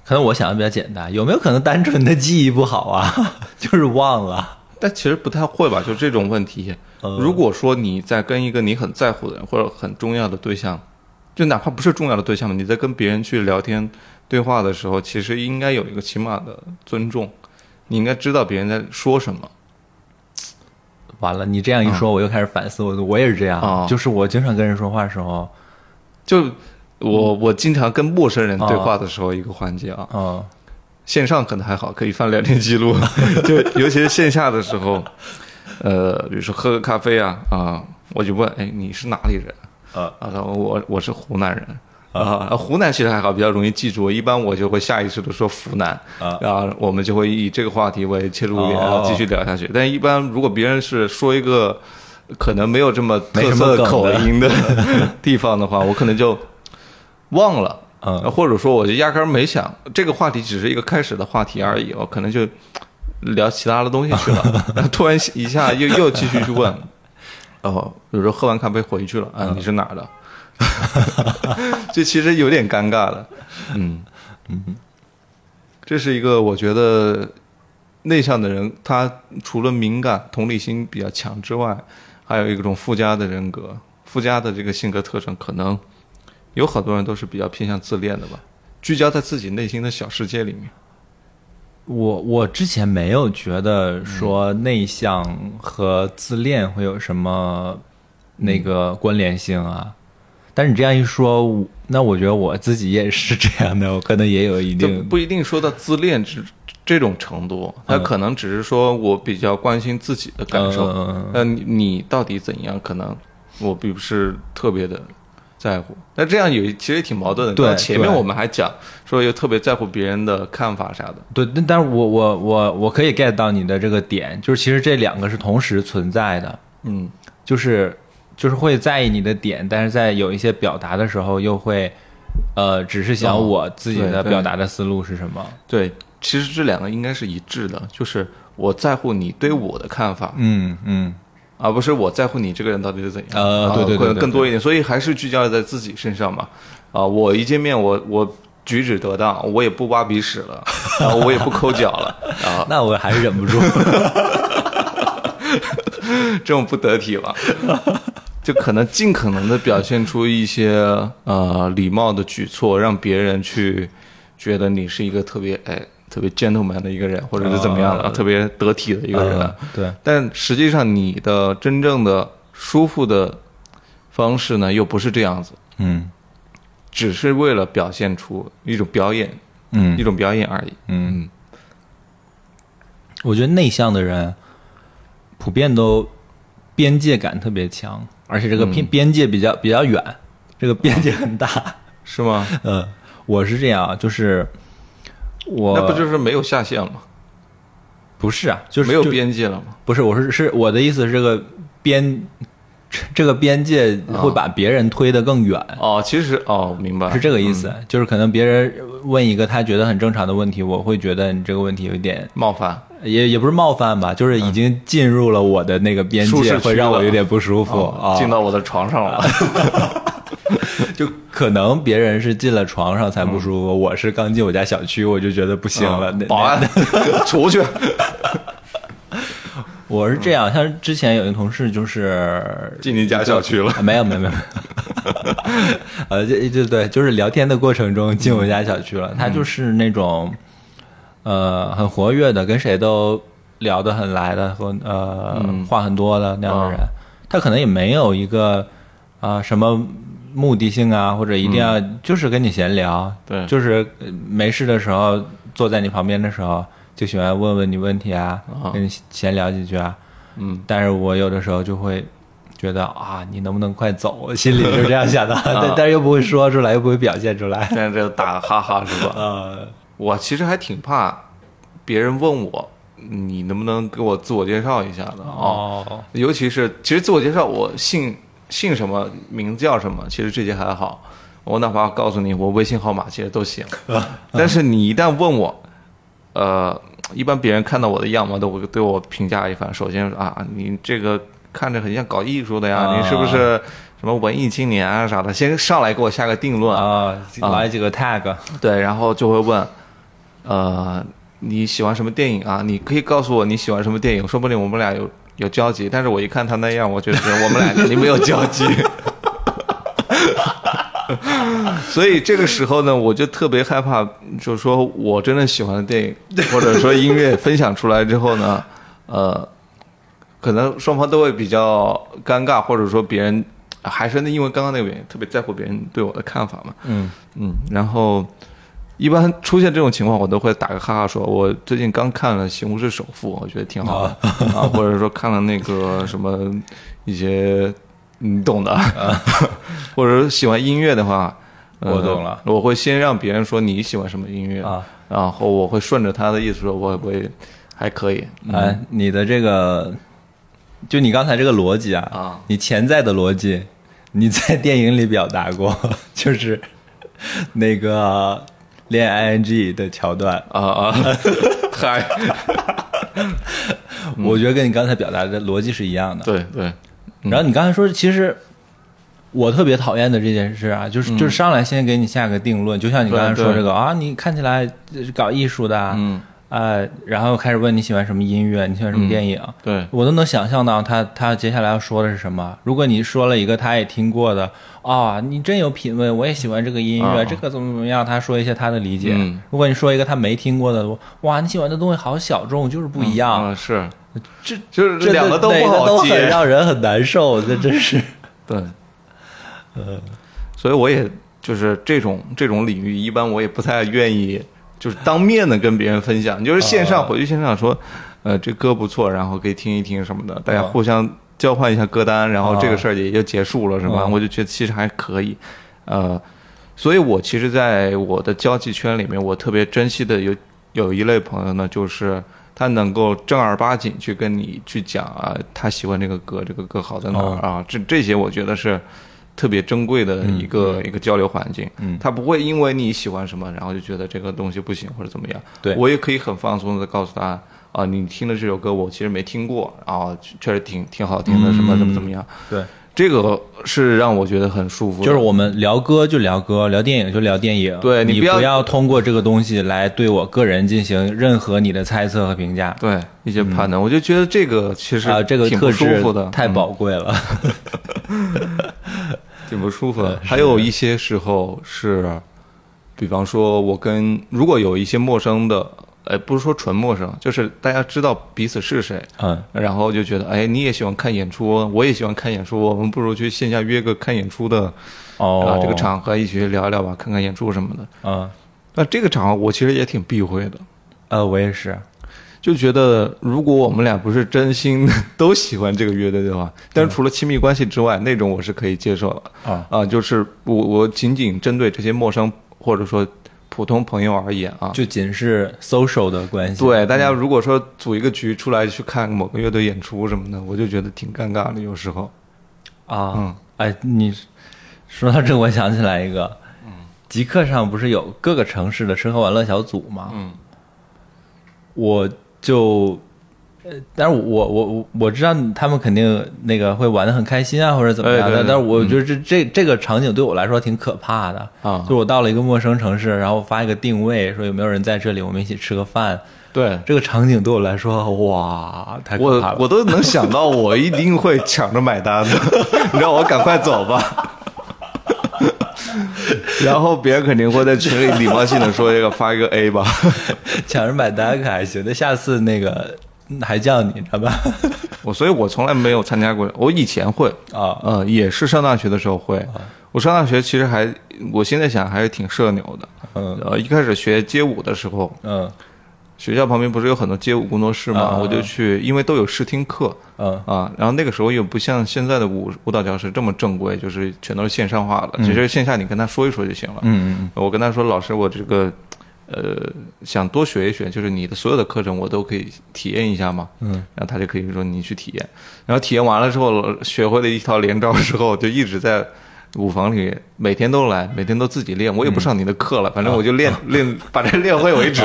Speaker 2: 可能我想的比较简单，有没有可能单纯的记忆不好啊？ (laughs) 就是忘了。
Speaker 1: 但其实不太会吧？就这种问题，
Speaker 2: 呃
Speaker 1: 如果说你在跟一个你很在乎的人或者很重要的对象，就哪怕不是重要的对象，你在跟别人去聊天对话的时候，其实应该有一个起码的尊重，你应该知道别人在说什么。
Speaker 2: 完了，你这样一说，我又开始反思，我我也是这样，
Speaker 1: 嗯哦
Speaker 2: 就是我经常跟人说话的时候，
Speaker 1: 就我我经常跟陌生人对话的时候，一个环节啊，
Speaker 2: 嗯，
Speaker 1: 线上可能还好，可以翻聊天记录，
Speaker 2: (laughs)
Speaker 1: 就尤其是线下的时候，呃，比如说喝个咖啡啊啊，我就问，哎，你是哪里人？
Speaker 2: 呃
Speaker 1: 啊，我我我是湖南人，啊、呃湖南其实还好，比较容易记住。一般我就会下意识的说湖南，
Speaker 2: 啊
Speaker 1: 然后我们就会以这个话题为切入点，
Speaker 2: 哦
Speaker 1: 然后继续聊下去。但一般如果别人是说一个可能没有这么
Speaker 2: 没
Speaker 1: 特
Speaker 2: 什么
Speaker 1: 色
Speaker 2: 梗的
Speaker 1: 口音
Speaker 2: (laughs)
Speaker 1: 的地方的话，我可能就忘了，
Speaker 2: 嗯
Speaker 1: 呃或者说我就压根儿没想这个话题，只是一个开始的话题而已，我可能就聊其他的东西去了，然后突然一下又又继续去问，哦，有时候喝完咖啡回去了，啊，你是哪儿的？ (laughs) 这其实有点尴尬的，嗯嗯，这是一个我觉得内向的人，他除了敏感、同理心比较强之外，还有一种附加的人格，附加的这个性格特征，可能有好多人都是比较偏向自恋的吧，聚焦在自己内心的小世界里面。
Speaker 2: 我我之前没有觉得说内向和自恋会有什么那个关联性啊，但是你这样一说，我那我觉得我自己也是这样的，我可能也有一
Speaker 1: 这
Speaker 2: 定
Speaker 1: 不一定说到自恋这这种程度，他可能只是说我比较关心自己的感受
Speaker 2: 嗯嗯嗯嗯嗯，
Speaker 1: 那、你你到底怎样？可能我并不是特别的在乎。那这样也其实也挺矛盾的。
Speaker 2: 对
Speaker 1: 刚才前面
Speaker 2: 对
Speaker 1: 我们还讲说又特别在乎别人的看法啥的，
Speaker 2: 对，但但是我我我我可以 get 到你的这个点，就是其实这两个是同时存在的，
Speaker 1: 嗯
Speaker 2: 就是就是会在意你的点，但是在有一些表达的时候又会。呃，只是想
Speaker 1: 哦
Speaker 2: 我自己的
Speaker 1: 对对
Speaker 2: 表达的思路是什么？
Speaker 1: 对，其实这两个应该是一致的，就是我在乎你对我的看法，
Speaker 2: 嗯嗯，
Speaker 1: 而啊不是我在乎你这个人到底是怎样。
Speaker 2: 呃
Speaker 1: 啊
Speaker 2: 对对对
Speaker 1: 可能
Speaker 2: 对
Speaker 1: 更多
Speaker 2: 对
Speaker 1: 一点，所以还是聚焦在自己身上嘛。啊，我一见面，我我举止得当，我也不挖鼻屎
Speaker 2: (laughs)
Speaker 1: 了，然后我也不抠脚了，啊，
Speaker 2: (laughs) 那我还是忍不 (laughs) 住。
Speaker 1: 这种不得体吧？就可能尽可能的表现出一些呃礼貌的举措，让别人去觉得你是一个特别哎特别 gentleman 的一个人，或者是怎么样的，
Speaker 2: 啊
Speaker 1: 特别得体的一个人。啊
Speaker 2: 嗯对，
Speaker 1: 但实际上你的真正的舒服的方式呢，又不是这样子，
Speaker 2: 嗯
Speaker 1: 只是为了表现出一种表演，
Speaker 2: 嗯
Speaker 1: 一种表演而已。
Speaker 2: 嗯，我觉得内向的人普遍都边界感特别强，而且这个边边界比较比较远，这个边界很大。
Speaker 1: 是吗？
Speaker 2: 嗯，我是这样啊，就是我
Speaker 1: 那不就是没有下限了吗？
Speaker 2: 不是啊，就是
Speaker 1: 没有
Speaker 2: 就
Speaker 1: 边界了吗？
Speaker 2: 不是，我是是我的意思是这个边这个边界
Speaker 1: 啊
Speaker 2: 会把别人推得更远。
Speaker 1: 哦，其实哦，明白，
Speaker 2: 是这个意思，就是可能别人问一个他觉得很正常的问题，我会觉得你这个问题有一点
Speaker 1: 冒犯。
Speaker 2: 也也不是冒犯吧，就是已经进入了我的那个边
Speaker 1: 嗯舒适区
Speaker 2: 界，
Speaker 1: 了
Speaker 2: 会让我有点不舒
Speaker 1: 哦
Speaker 2: 服啊。
Speaker 1: 进到我的床上 (laughs) 了。
Speaker 2: 就可能别人是进了床上才不舒服，我是刚进我家小区，我就觉得不行了。
Speaker 1: 嗯
Speaker 2: 那
Speaker 1: 哦保安， (laughs) 出去。
Speaker 2: 那我是这样，像之前有一个同事就是
Speaker 1: 进你家小区了
Speaker 2: 啊没有没有没有，没有 (laughs) 呃，就就对，就是聊天的过程中进我家小区了，他就是那种呃很活跃的，跟谁都聊得很来的和呃、话很多的那样的人，他可能也没有一个啊、什么。目的性啊，或者一定要、就是跟你闲聊，
Speaker 1: 对
Speaker 2: 就是呃没事的时候坐在你旁边的时候，就喜欢问问你问题啊，
Speaker 1: 啊
Speaker 2: 跟你闲聊几句啊，
Speaker 1: 嗯，
Speaker 2: 但是我有的时候就会觉得啊，你能不能快走？我心里就是这样想
Speaker 1: (laughs)
Speaker 2: 的，
Speaker 1: 啊
Speaker 2: 但但是又不会说出来，又不会表现出来。
Speaker 1: 在这打哈哈是吧？
Speaker 2: 呃，
Speaker 1: 我其实还挺怕别人问我，你能不能给我自我介绍一下的哦，
Speaker 2: 哦，
Speaker 1: 尤其是其实自我介绍，我姓姓什么，名字叫什么，其实这些还好。我哪怕告诉你我微信号码，其实都行。但是你一旦问我，呃，一般别人看到我的样貌，都会对我评价一番。首先说啊，你这个看着很像搞艺术的呀，
Speaker 2: 啊
Speaker 1: 你是不是什么文艺青年啊啥的？先上来给我下个定论
Speaker 2: 啊，来几个 tag，
Speaker 1: 对，然后就会问，呃，你喜欢什么电影啊？你可以告诉我你喜欢什么电影，说不定我们俩有有交集。但是我一看他那样，我觉得我们俩肯定没有交集。 (laughs) 所以这个时候呢，我就特别害怕，就是说我真的喜欢的电影或者说音乐分享出来之后呢，呃，可能双方都会比较尴尬，或者说别人还是那因为刚刚那个原因，特别在乎别人对我的看法嘛。
Speaker 2: 嗯
Speaker 1: 嗯，然后一般出现这种情况，我都会打个哈哈说，我最近刚看了《西红柿首富》，我觉得挺好的啊或者说看了那个什么
Speaker 2: 啊
Speaker 1: 一些你懂的，或者说喜欢音乐的话，呃
Speaker 2: 我懂了
Speaker 1: 我会先让别人说你喜欢什么音乐
Speaker 2: 啊，
Speaker 1: 然后我会顺着他的意思说，我我也还可以。
Speaker 2: 哎，你的这个，就你刚才这个逻辑啊，
Speaker 1: 啊
Speaker 2: 你潜在的逻辑，你在电影里表达过， (laughs) 就是那个恋 ing 的桥段，
Speaker 1: 啊
Speaker 2: (laughs)
Speaker 1: 啊，嗨，嗯
Speaker 2: 我觉得跟你刚才表达的逻辑是一样的。
Speaker 1: 对对，嗯
Speaker 2: 然后你刚才说，其实我特别讨厌的这件事啊，就是、就是上来先给你下个定论，就像你刚才
Speaker 1: 对
Speaker 2: 说
Speaker 1: 嗯对
Speaker 2: 这个啊，你看起来是搞艺术的啊，
Speaker 1: 嗯
Speaker 2: 呃，然后开始问你喜欢什么音乐，你喜欢什
Speaker 1: 嗯
Speaker 2: 么电影，
Speaker 1: 对
Speaker 2: 我都能想象到他他接下来要说的是什么。如果你说了一个他也听过的啊、你真有品味，我也喜欢这个音乐，
Speaker 1: 啊
Speaker 2: 这个怎么怎么样，他说一些他的理解。
Speaker 1: 嗯
Speaker 2: 如果你说一个他没听过的，哇，你喜欢的东西好小众，就是不一样，
Speaker 1: 啊是，
Speaker 2: 这
Speaker 1: 就是
Speaker 2: 这
Speaker 1: 嗯两
Speaker 2: 个
Speaker 1: 个都不
Speaker 2: 哪
Speaker 1: 好
Speaker 2: 都
Speaker 1: 接
Speaker 2: 很让人很难受，这真是。
Speaker 1: 对，呃，
Speaker 2: 嗯
Speaker 1: 所以我也就是这种这种领域，一般我也不太愿意就是当面的跟别人分享，就是线
Speaker 2: 啊
Speaker 1: 上回去现场说，呃，这歌不错，然后可以听一听什么的，
Speaker 2: 啊
Speaker 1: 大家互相交换一下歌单，然后这个事儿也就结束了，是吧？
Speaker 2: 啊
Speaker 1: 我就觉得其实还可以，呃，所以我其实在我的交际圈里面，我特别珍惜的有有一类朋友呢，就是。他能够正儿八经去跟你去讲啊，他喜欢这个歌，这个歌好在哪儿啊？这这些我觉得是特别珍贵的一个、一个交流环境。
Speaker 2: (laughs) 嗯
Speaker 1: 他不会因为你喜欢什么，然后就觉得这个东西不行或者怎么样。
Speaker 2: 对
Speaker 1: 我也可以很放松的告诉他啊，你听的这首歌我其实没听过，啊，确实挺挺好
Speaker 2: 嗯
Speaker 1: 听的，什么怎么怎么样。
Speaker 2: 对，
Speaker 1: 这个是让我觉得很舒服的，
Speaker 2: 就是我们聊歌就聊歌，聊电影就聊电影。
Speaker 1: 对
Speaker 2: 你
Speaker 1: 你
Speaker 2: 不
Speaker 1: 不要
Speaker 2: 通过这个东西来对我个人进行任何你的猜测和评价。
Speaker 1: 对一些判断，我就觉得这个其实
Speaker 2: 嗯啊，这个
Speaker 1: 挺
Speaker 2: 特
Speaker 1: 不舒
Speaker 2: 质
Speaker 1: 服的，
Speaker 2: 太
Speaker 1: 嗯
Speaker 2: 宝贵
Speaker 1: (laughs)
Speaker 2: 了。
Speaker 1: 挺不舒服的。还有一些时候是，比方说，我跟如果有一些陌生的，呃，不是说纯陌生，就是大家知道彼此是谁，
Speaker 2: 嗯，
Speaker 1: 然后就觉得，哎，你也喜欢看演出，我也喜欢看演出，我们不如去线下约个看演出的
Speaker 2: 哦
Speaker 1: 啊，这个场合一起去聊一聊吧，看看演出什么的。
Speaker 2: 嗯，
Speaker 1: 那这个场合我其实也挺避讳的，
Speaker 2: 呃，我也
Speaker 1: 啊
Speaker 2: 是，
Speaker 1: 就觉得如果我们俩不是真心都喜欢这个乐队的话，但是除了亲密关系之外，那种我是可以接受的
Speaker 2: 啊
Speaker 1: 就是我我仅仅针对这些陌生或者说普通朋友而言啊，
Speaker 2: 就仅是 social 的关系。，
Speaker 1: 对大家如果说组一个局出来去看某个乐队演出什么的，我就觉得挺尴尬的，有时候
Speaker 2: 啊，
Speaker 1: 嗯
Speaker 2: 哎，你说到这，我想起来一个，
Speaker 1: 嗯
Speaker 2: 极客上不是有各个城市的吃喝玩乐小组吗？
Speaker 1: 嗯，
Speaker 2: 我就。呃，但是我我我我知道他们肯定那个会玩的很开心啊，或者怎么样的。
Speaker 1: 哎对对
Speaker 2: 但是我觉得这、这这个场景对我来说挺可怕的
Speaker 1: 啊
Speaker 2: 就我到了一个陌生城市，然后发一个定位，说有没有人在这里，我们一起吃个饭。
Speaker 1: 对。
Speaker 2: 这个场景对我来说，哇，太可怕
Speaker 1: 我
Speaker 2: 了！
Speaker 1: 我都能想到，我一定会抢着买单的， (laughs) 你让我赶快走吧。然后别人肯定会在群里礼貌性的说一个发一个 A 吧。 (laughs)
Speaker 2: (laughs) 抢着买单可还行，那下次那个嗯还叫你，知道 (laughs) 吧？
Speaker 1: 我所以，我从来没有参加过。我以前会
Speaker 2: 啊
Speaker 1: 呃，也是上大学的时候会。我上大学其实还，我现在想还是挺社牛的。
Speaker 2: 嗯
Speaker 1: 呃，一开始学街舞的时候，
Speaker 2: 嗯
Speaker 1: 学校旁边不是有很多街舞工作室嘛，
Speaker 2: 啊
Speaker 1: 我就去，因为都有试听课
Speaker 2: 嗯
Speaker 1: 啊。然后那个时候又不像现在的舞舞蹈教室这么正规，就是全都是线上化的。其实线下你跟他说一说就行了。
Speaker 2: 嗯
Speaker 1: 我跟他说，老师，我这个呃想多学一学，就是你的所有的课程我都可以体验一下嘛。嗯，然后他就可以说你去体验，然后体验完了之后，学会了一套连招之后，就一直在。舞房里每天都来，每天都自己练，我也不上你的课
Speaker 2: 嗯
Speaker 1: 了，反正我就
Speaker 2: (laughs)
Speaker 1: 练、练，把这练会为止。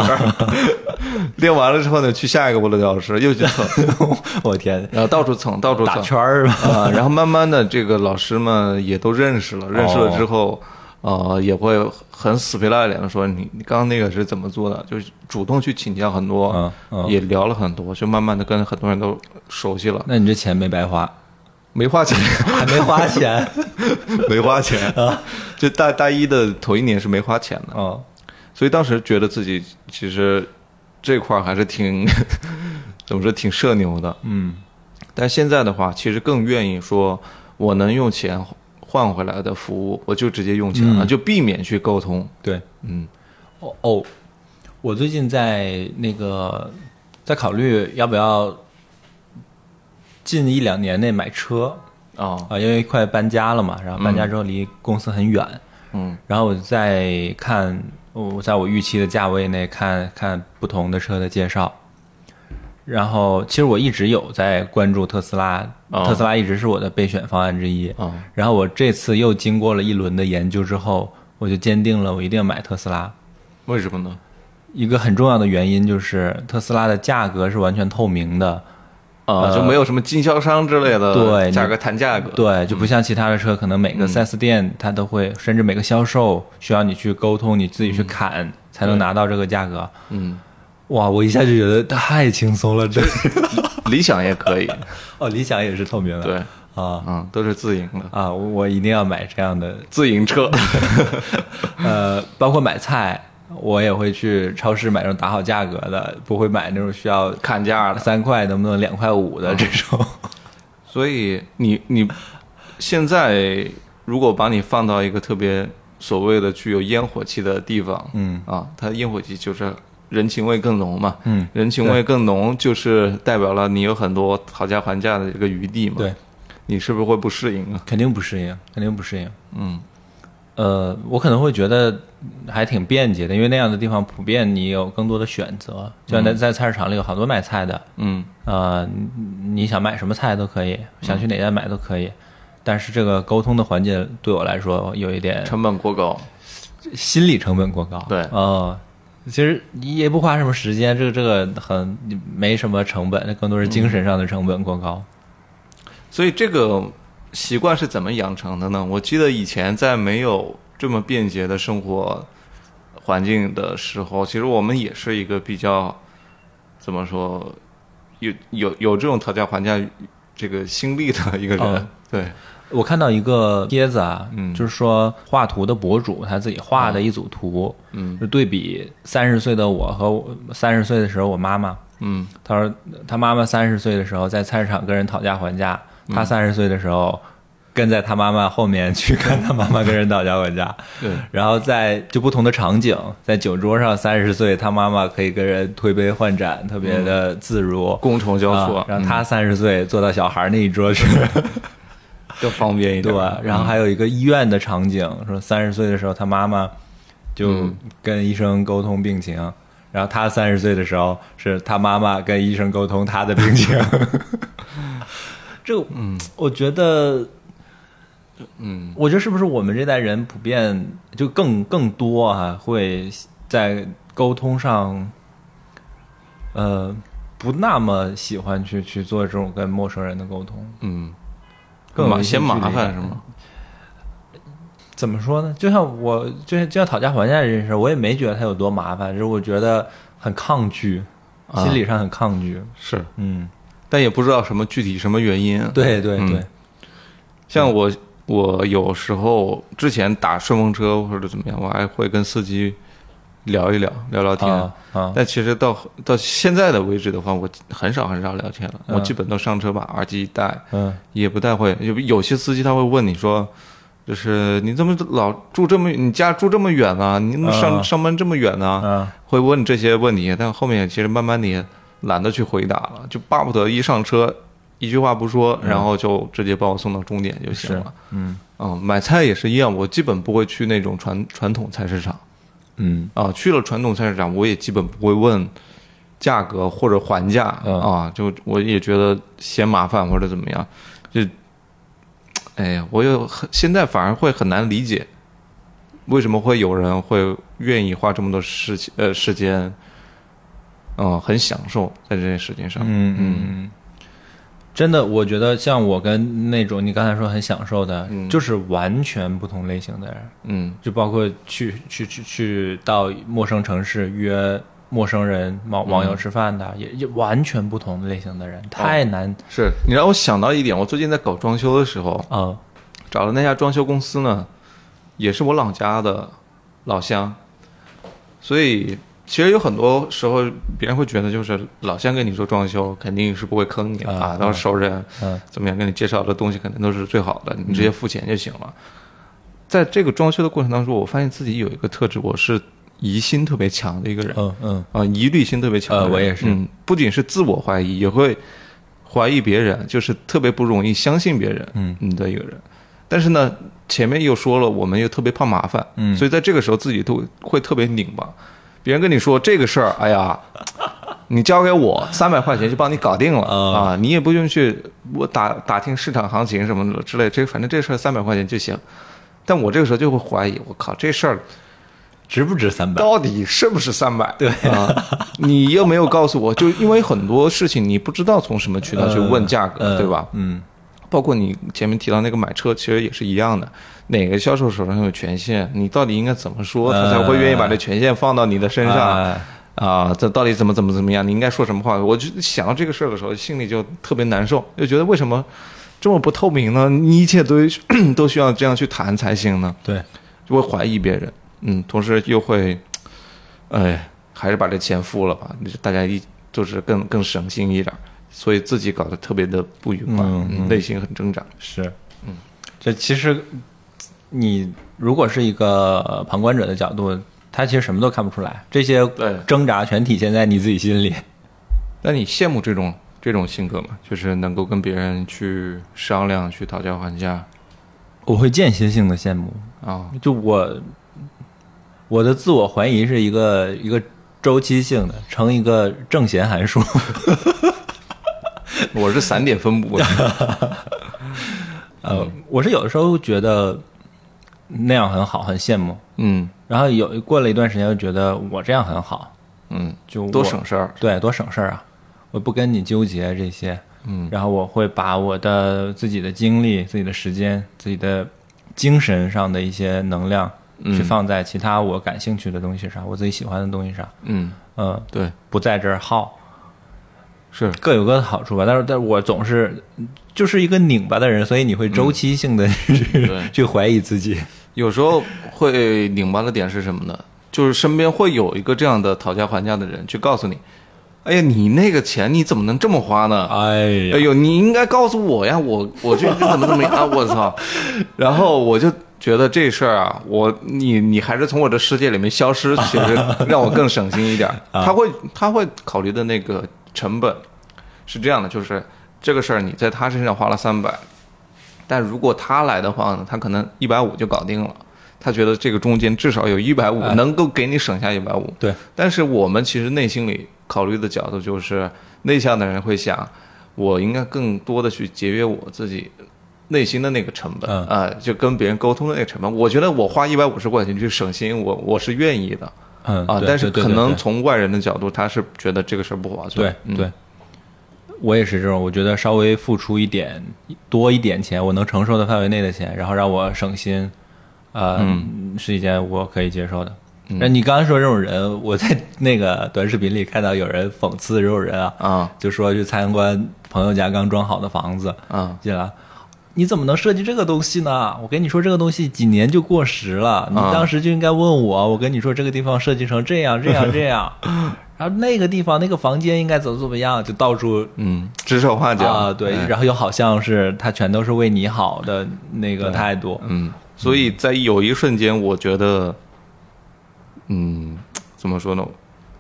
Speaker 1: 练完了之后呢，去下一个舞蹈教室又去蹭，
Speaker 2: (laughs) 嗯，我天，
Speaker 1: 然后到处蹭，到处
Speaker 2: 打
Speaker 1: 蹭，
Speaker 2: 圈儿吧，
Speaker 1: 啊、然后慢慢的，这个老师们也都认识了，认识了之后，呃，也会很死皮赖脸的说你你刚刚那个是怎么做的，就是主动去请教很多，
Speaker 2: 嗯嗯
Speaker 1: 也聊了很多，就慢慢的跟很多人都熟悉了，
Speaker 2: 那你这钱没白花，
Speaker 1: 没花钱， (laughs)
Speaker 2: 还没花 (laughs) 钱，
Speaker 1: 没花钱啊，就大大一的头一年是没花钱的，
Speaker 2: 嗯
Speaker 1: 所以当时觉得自己其实这块儿还是挺 (laughs) 怎么说挺社牛的，
Speaker 2: 嗯
Speaker 1: 但现在的话，其实更愿意说，我能用钱换回来的服务，我就直接用钱了，
Speaker 2: 嗯
Speaker 1: 就避免去沟通。
Speaker 2: 对，
Speaker 1: 嗯，
Speaker 2: 哦哦，我最近在那个在考虑要不要近一两年内买车
Speaker 1: 啊、
Speaker 2: 嗯啊，因为快搬家了嘛，然后搬家之后离公司很远，
Speaker 1: 嗯
Speaker 2: 然后我再看我在我预期的价位内看看不同的车的介绍，然后其实我一直有在关注特斯拉，
Speaker 1: 哦
Speaker 2: 特斯拉一直是我的备选方案之一。
Speaker 1: 哦
Speaker 2: 然后我这次又经过了一轮的研究之后，我就坚定了我一定要买特斯拉。
Speaker 1: 为什么呢？
Speaker 2: 一个很重要的原因就是特斯拉的价格是完全透明的，
Speaker 1: 啊，就没有什么经销商之类的，
Speaker 2: 对你
Speaker 1: 价格谈价格，，
Speaker 2: 对，就不像其他的车，可能
Speaker 1: 嗯
Speaker 2: 每个 4S 店它都会，甚至每个销售需要你去沟通，你自己去砍才能拿到这个价格。
Speaker 1: 嗯，
Speaker 2: 哇，我一下就觉得太轻松了，这
Speaker 1: 理想也可以，
Speaker 2: (laughs) 哦，理想也是透明的，
Speaker 1: (laughs) 对，
Speaker 2: 啊
Speaker 1: 嗯，都是自营的，
Speaker 2: 啊，我我一定要买这样的，
Speaker 1: 自营 (laughs) 车，
Speaker 2: 呃，包括买菜，我也会去超市买那种打好价格的，不会买那种需要
Speaker 1: 砍价的，
Speaker 2: 三块能不能两块五
Speaker 1: 啊
Speaker 2: 的这种。
Speaker 1: 所以你你现在如果把你放到一个特别所谓的具有烟火气的地方，
Speaker 2: 嗯
Speaker 1: 啊，它烟火气就是人情味更浓嘛，
Speaker 2: 嗯
Speaker 1: 人情味更浓就是代表了你有很多讨价还价的这个余地嘛，
Speaker 2: (laughs) 对，
Speaker 1: 你是不是会不适应啊？
Speaker 2: 肯定不适应，肯定不适应。
Speaker 1: 嗯，
Speaker 2: 呃，我可能会觉得还挺便捷的，因为那样的地方普遍你有更多的选择。就像在在菜市场里有好多卖菜的，
Speaker 1: 嗯
Speaker 2: 呃，你你想买什么菜都可以，想去哪家买都可以。但是这个沟通的环节对我来说有一点
Speaker 1: 成本过高，
Speaker 2: 心理成本过高。
Speaker 1: 对
Speaker 2: 呃，其实也不花什么时间，这个这个很没什么成本，更多是精神上的成本过高。
Speaker 1: 所以这个习惯是怎么养成的呢？我记得以前在没有这么便捷的生活环境的时候，其实我们也是一个比较怎么说，有有有这种讨价还价这个心力的一个人。
Speaker 2: 哦
Speaker 1: 对，
Speaker 2: 我看到一个帖子啊，
Speaker 1: 嗯
Speaker 2: 就是说画图的博主他自己画的一组图，
Speaker 1: 嗯
Speaker 2: 就对比三十岁的我和三十岁的时候我妈妈，
Speaker 1: 嗯
Speaker 2: 他说他妈妈三十岁的时候在菜市场跟人讨价还价，
Speaker 1: 嗯
Speaker 2: 他三十岁的时候跟在他妈妈后面去看他妈妈跟人讨价还价，
Speaker 1: 对，
Speaker 2: 然后在就不同的场景，在酒桌上，三十岁他妈妈可以跟人推杯换盏，特别的自如。
Speaker 1: 觥筹交错，嗯
Speaker 2: 啊，让他三十岁坐到小孩那一桌去，
Speaker 1: 更方便一点。
Speaker 2: 对嗯吧？然后还有一个医院的场景，说三十岁的时候，他妈妈就跟医生沟通病情，然后他三十岁的时候，是他妈妈跟医生沟通他的病情。 (laughs) 这，嗯，我觉得，嗯，我觉得是不是我们这代人普遍就更更多啊，会在沟通上，呃，不那么喜欢去去做这种跟陌生人的沟通。
Speaker 1: 嗯，
Speaker 2: 更有
Speaker 1: 麻
Speaker 2: 一些
Speaker 1: 嫌麻
Speaker 2: 距离
Speaker 1: 烦
Speaker 2: 感
Speaker 1: 是吗？
Speaker 2: 怎么说呢？就像我，就像就像讨价还价这件事，我也没觉得它有多麻烦，只是我觉得很抗拒，
Speaker 1: 啊
Speaker 2: 心理上很抗拒。
Speaker 1: 是，
Speaker 2: 嗯，
Speaker 1: 但也不知道什么具体什么原因。
Speaker 2: 对对
Speaker 1: 嗯
Speaker 2: 对，
Speaker 1: 像我，我有时候之前打顺风车或者怎么样，我还会跟司机聊一聊，聊聊天。
Speaker 2: 啊啊，
Speaker 1: 但其实到到现在的为止的话，我很少很少聊天了，
Speaker 2: 嗯
Speaker 1: 我基本都上车把耳机一戴，
Speaker 2: 嗯
Speaker 1: 也不太会。有有些司机他会问你说，就是你怎么老住这么，你家住这么远啊？你怎么上、
Speaker 2: 啊
Speaker 1: 上班这么远呢、
Speaker 2: 啊，
Speaker 1: 会问这些问题，但后面其实慢慢你懒得去回答了，就巴不得一上车一句话不说，然后就直接把我送到终点就行了。
Speaker 2: 嗯
Speaker 1: 嗯，买菜也是一样，我基本不会去那种传传统菜市场
Speaker 2: 嗯
Speaker 1: 啊，去了传统菜市场，我也基本不会问价格或者还价
Speaker 2: 嗯
Speaker 1: 啊，就我也觉得嫌麻烦或者怎么样，就，哎呀，我又很现在反而会很难理解，为什么会有人会愿意花这么多时间呃时间，嗯，很享受在这件事情上，
Speaker 2: 嗯嗯，真的，我觉得像我跟那种你刚才说很享受的，
Speaker 1: 嗯
Speaker 2: 就是完全不同类型的人，
Speaker 1: 嗯
Speaker 2: 就包括去去去去到陌生城市约。陌生人网网友吃饭的、也也完全不同类型的人，太难
Speaker 1: 是你让我想到一点，我最近在搞装修的时候，
Speaker 2: 啊、呃
Speaker 1: 找的那家装修公司呢，也是我老家的老乡，所以其实有很多时候别人会觉得，就是老乡跟你说装修，肯定是不会坑你的
Speaker 2: 啊
Speaker 1: 啊，嗯都是熟人，
Speaker 2: 嗯
Speaker 1: 怎么样给你介绍的东西肯定都是最好的，你直接付钱就行了。在这个装修的过程当中，我发现自己有一个特质，我是疑心特别强的一个人。
Speaker 2: 嗯嗯
Speaker 1: 啊，疑虑心特别强的
Speaker 2: 呃
Speaker 1: 人。
Speaker 2: 我也是
Speaker 1: 嗯，不仅是自我怀疑，也会怀疑别人，就是特别不容易相信别人。
Speaker 2: 嗯
Speaker 1: 的一个人。但是呢，前面又说了，我们又特别怕麻烦，嗯，所以在这个时候自己都会特别拧巴。别人跟你说这个事儿，哎呀，你交给我三百块钱就帮你搞定了、啊，你也不用去我打打听市场行情什么的之类，这反正这事儿三百块钱就行。但我这个时候就会怀疑，我靠，这事儿
Speaker 2: 值不值三百？
Speaker 1: 到底是不是三百？对啊，你又没有告诉我，就因为很多事情你不知道从什么渠道去问价格，
Speaker 2: 呃
Speaker 1: 对吧？
Speaker 2: 嗯，
Speaker 1: 包括你前面提到那个买车，其实也是一样的。哪个销售手上有权限？你到底应该怎么说，他才会愿意把这权限放到你的身上
Speaker 2: 哎？
Speaker 1: 啊，这到底怎么怎么怎么样？你应该说什么话？我就想到这个事儿的时候，心里就特别难受，就觉得为什么这么不透明呢？你一切都都需 (coughs) 要这样去谈才行呢？
Speaker 2: 对，
Speaker 1: 就会怀疑别人，嗯，同时又会，哎，还是把这钱付了吧，大家一就是更更省心一点儿，所以自己搞得特别的不愉快，
Speaker 2: 嗯
Speaker 1: 嗯内心很挣扎。
Speaker 2: 是，嗯，这其实你如果是一个呃旁观者的角度，他其实什么都看不出来，这些
Speaker 1: 对
Speaker 2: 挣扎全体现在你自己心里。
Speaker 1: 那你羡慕这种这种性格吗？就是能够跟别人去商量、去讨价还
Speaker 2: (laughs)
Speaker 1: 价
Speaker 2: (laughs) 我会间歇性的羡慕，
Speaker 1: 啊？
Speaker 2: 就我我的自我怀疑是一个一个周期性的，成一个正弦函数。 (laughs)
Speaker 1: 我是散点分布的，
Speaker 2: (laughs) 呃，我是有的时候觉得那样很好，很羡慕，
Speaker 1: 嗯
Speaker 2: 然后有过了一段时间，又觉得我这样很好，
Speaker 1: 嗯，
Speaker 2: 就我
Speaker 1: 多省事儿，
Speaker 2: 对，多省事儿啊！我不跟你纠结这些，嗯，然后我会把我的自己的精力、自己的时间、自己的精神上的一些能量，
Speaker 1: 嗯
Speaker 2: 去放在其他我感兴趣的东西上，我自己喜欢的东西上，
Speaker 1: 嗯，
Speaker 2: 嗯，
Speaker 1: 对，
Speaker 2: 不在这儿耗，
Speaker 1: 是
Speaker 2: 各有各的好处吧。但是，但是我总是就是一个拧巴的人，所以你会周期
Speaker 1: 嗯
Speaker 2: 性 (laughs) 的去、去怀疑自己，
Speaker 1: 有时候会拧巴的点是什么呢？就是身边会有一个这样的讨价还价的人去告诉你，哎呀，你那个钱你怎么能这么花呢？
Speaker 2: 哎
Speaker 1: 哎
Speaker 2: 呀，
Speaker 1: 呦，你应该告诉我呀，我我这怎么怎么样 (laughs) 啊？我操！然后我就觉得这事儿啊，我你你还是从我的世界里面消失，其实让我更省心一点儿。他会他会考虑的那个成本是这样的，就是这个事儿你在他身上花了三百，但如果他来的话呢，他可能一百五就搞定了。他觉得这个中间至少有一百五能够给你省下一百五，
Speaker 2: 哎对，
Speaker 1: 但是我们其实内心里考虑的角度就是，内向的人会想，我应该更多的去节约我自己内心的那个成本
Speaker 2: 嗯
Speaker 1: 啊、就跟别人沟通的那个成本。我觉得我花一百五十块钱去省心，我我是愿意的
Speaker 2: 嗯
Speaker 1: 啊
Speaker 2: 对，
Speaker 1: 但是
Speaker 2: 对对
Speaker 1: 可
Speaker 2: 对
Speaker 1: 能
Speaker 2: 对
Speaker 1: 从外人的角度，他是觉得这个事儿不划算
Speaker 2: 对。
Speaker 1: 嗯
Speaker 2: 对，，我也是这种，我觉得稍微付出一点多一点钱，我能承受的范围内的钱，然后让我省心，呃，
Speaker 1: 嗯
Speaker 2: 是一件我可以接受的。那、你刚刚说这种人，我在那个短视频里看到有人讽刺这种人啊，
Speaker 1: 啊
Speaker 2: 就说去参观朋友家刚装好的房子，
Speaker 1: 啊
Speaker 2: 进来。你怎么能设计这个东西呢？我跟你说，这个东西几年就过时了，你
Speaker 1: 啊
Speaker 2: 当时就应该问我。我跟你说，这个地方设计成这样、这样、这
Speaker 1: (laughs)
Speaker 2: 样，然后那个地方那个房间应该怎么怎么样，就到处
Speaker 1: 嗯，指手画脚
Speaker 2: 啊，对，
Speaker 1: 哎
Speaker 2: 然后又好像是他全都是为你好的那个态度，
Speaker 1: 嗯，所以在有一瞬间，我觉得，嗯，怎么说呢？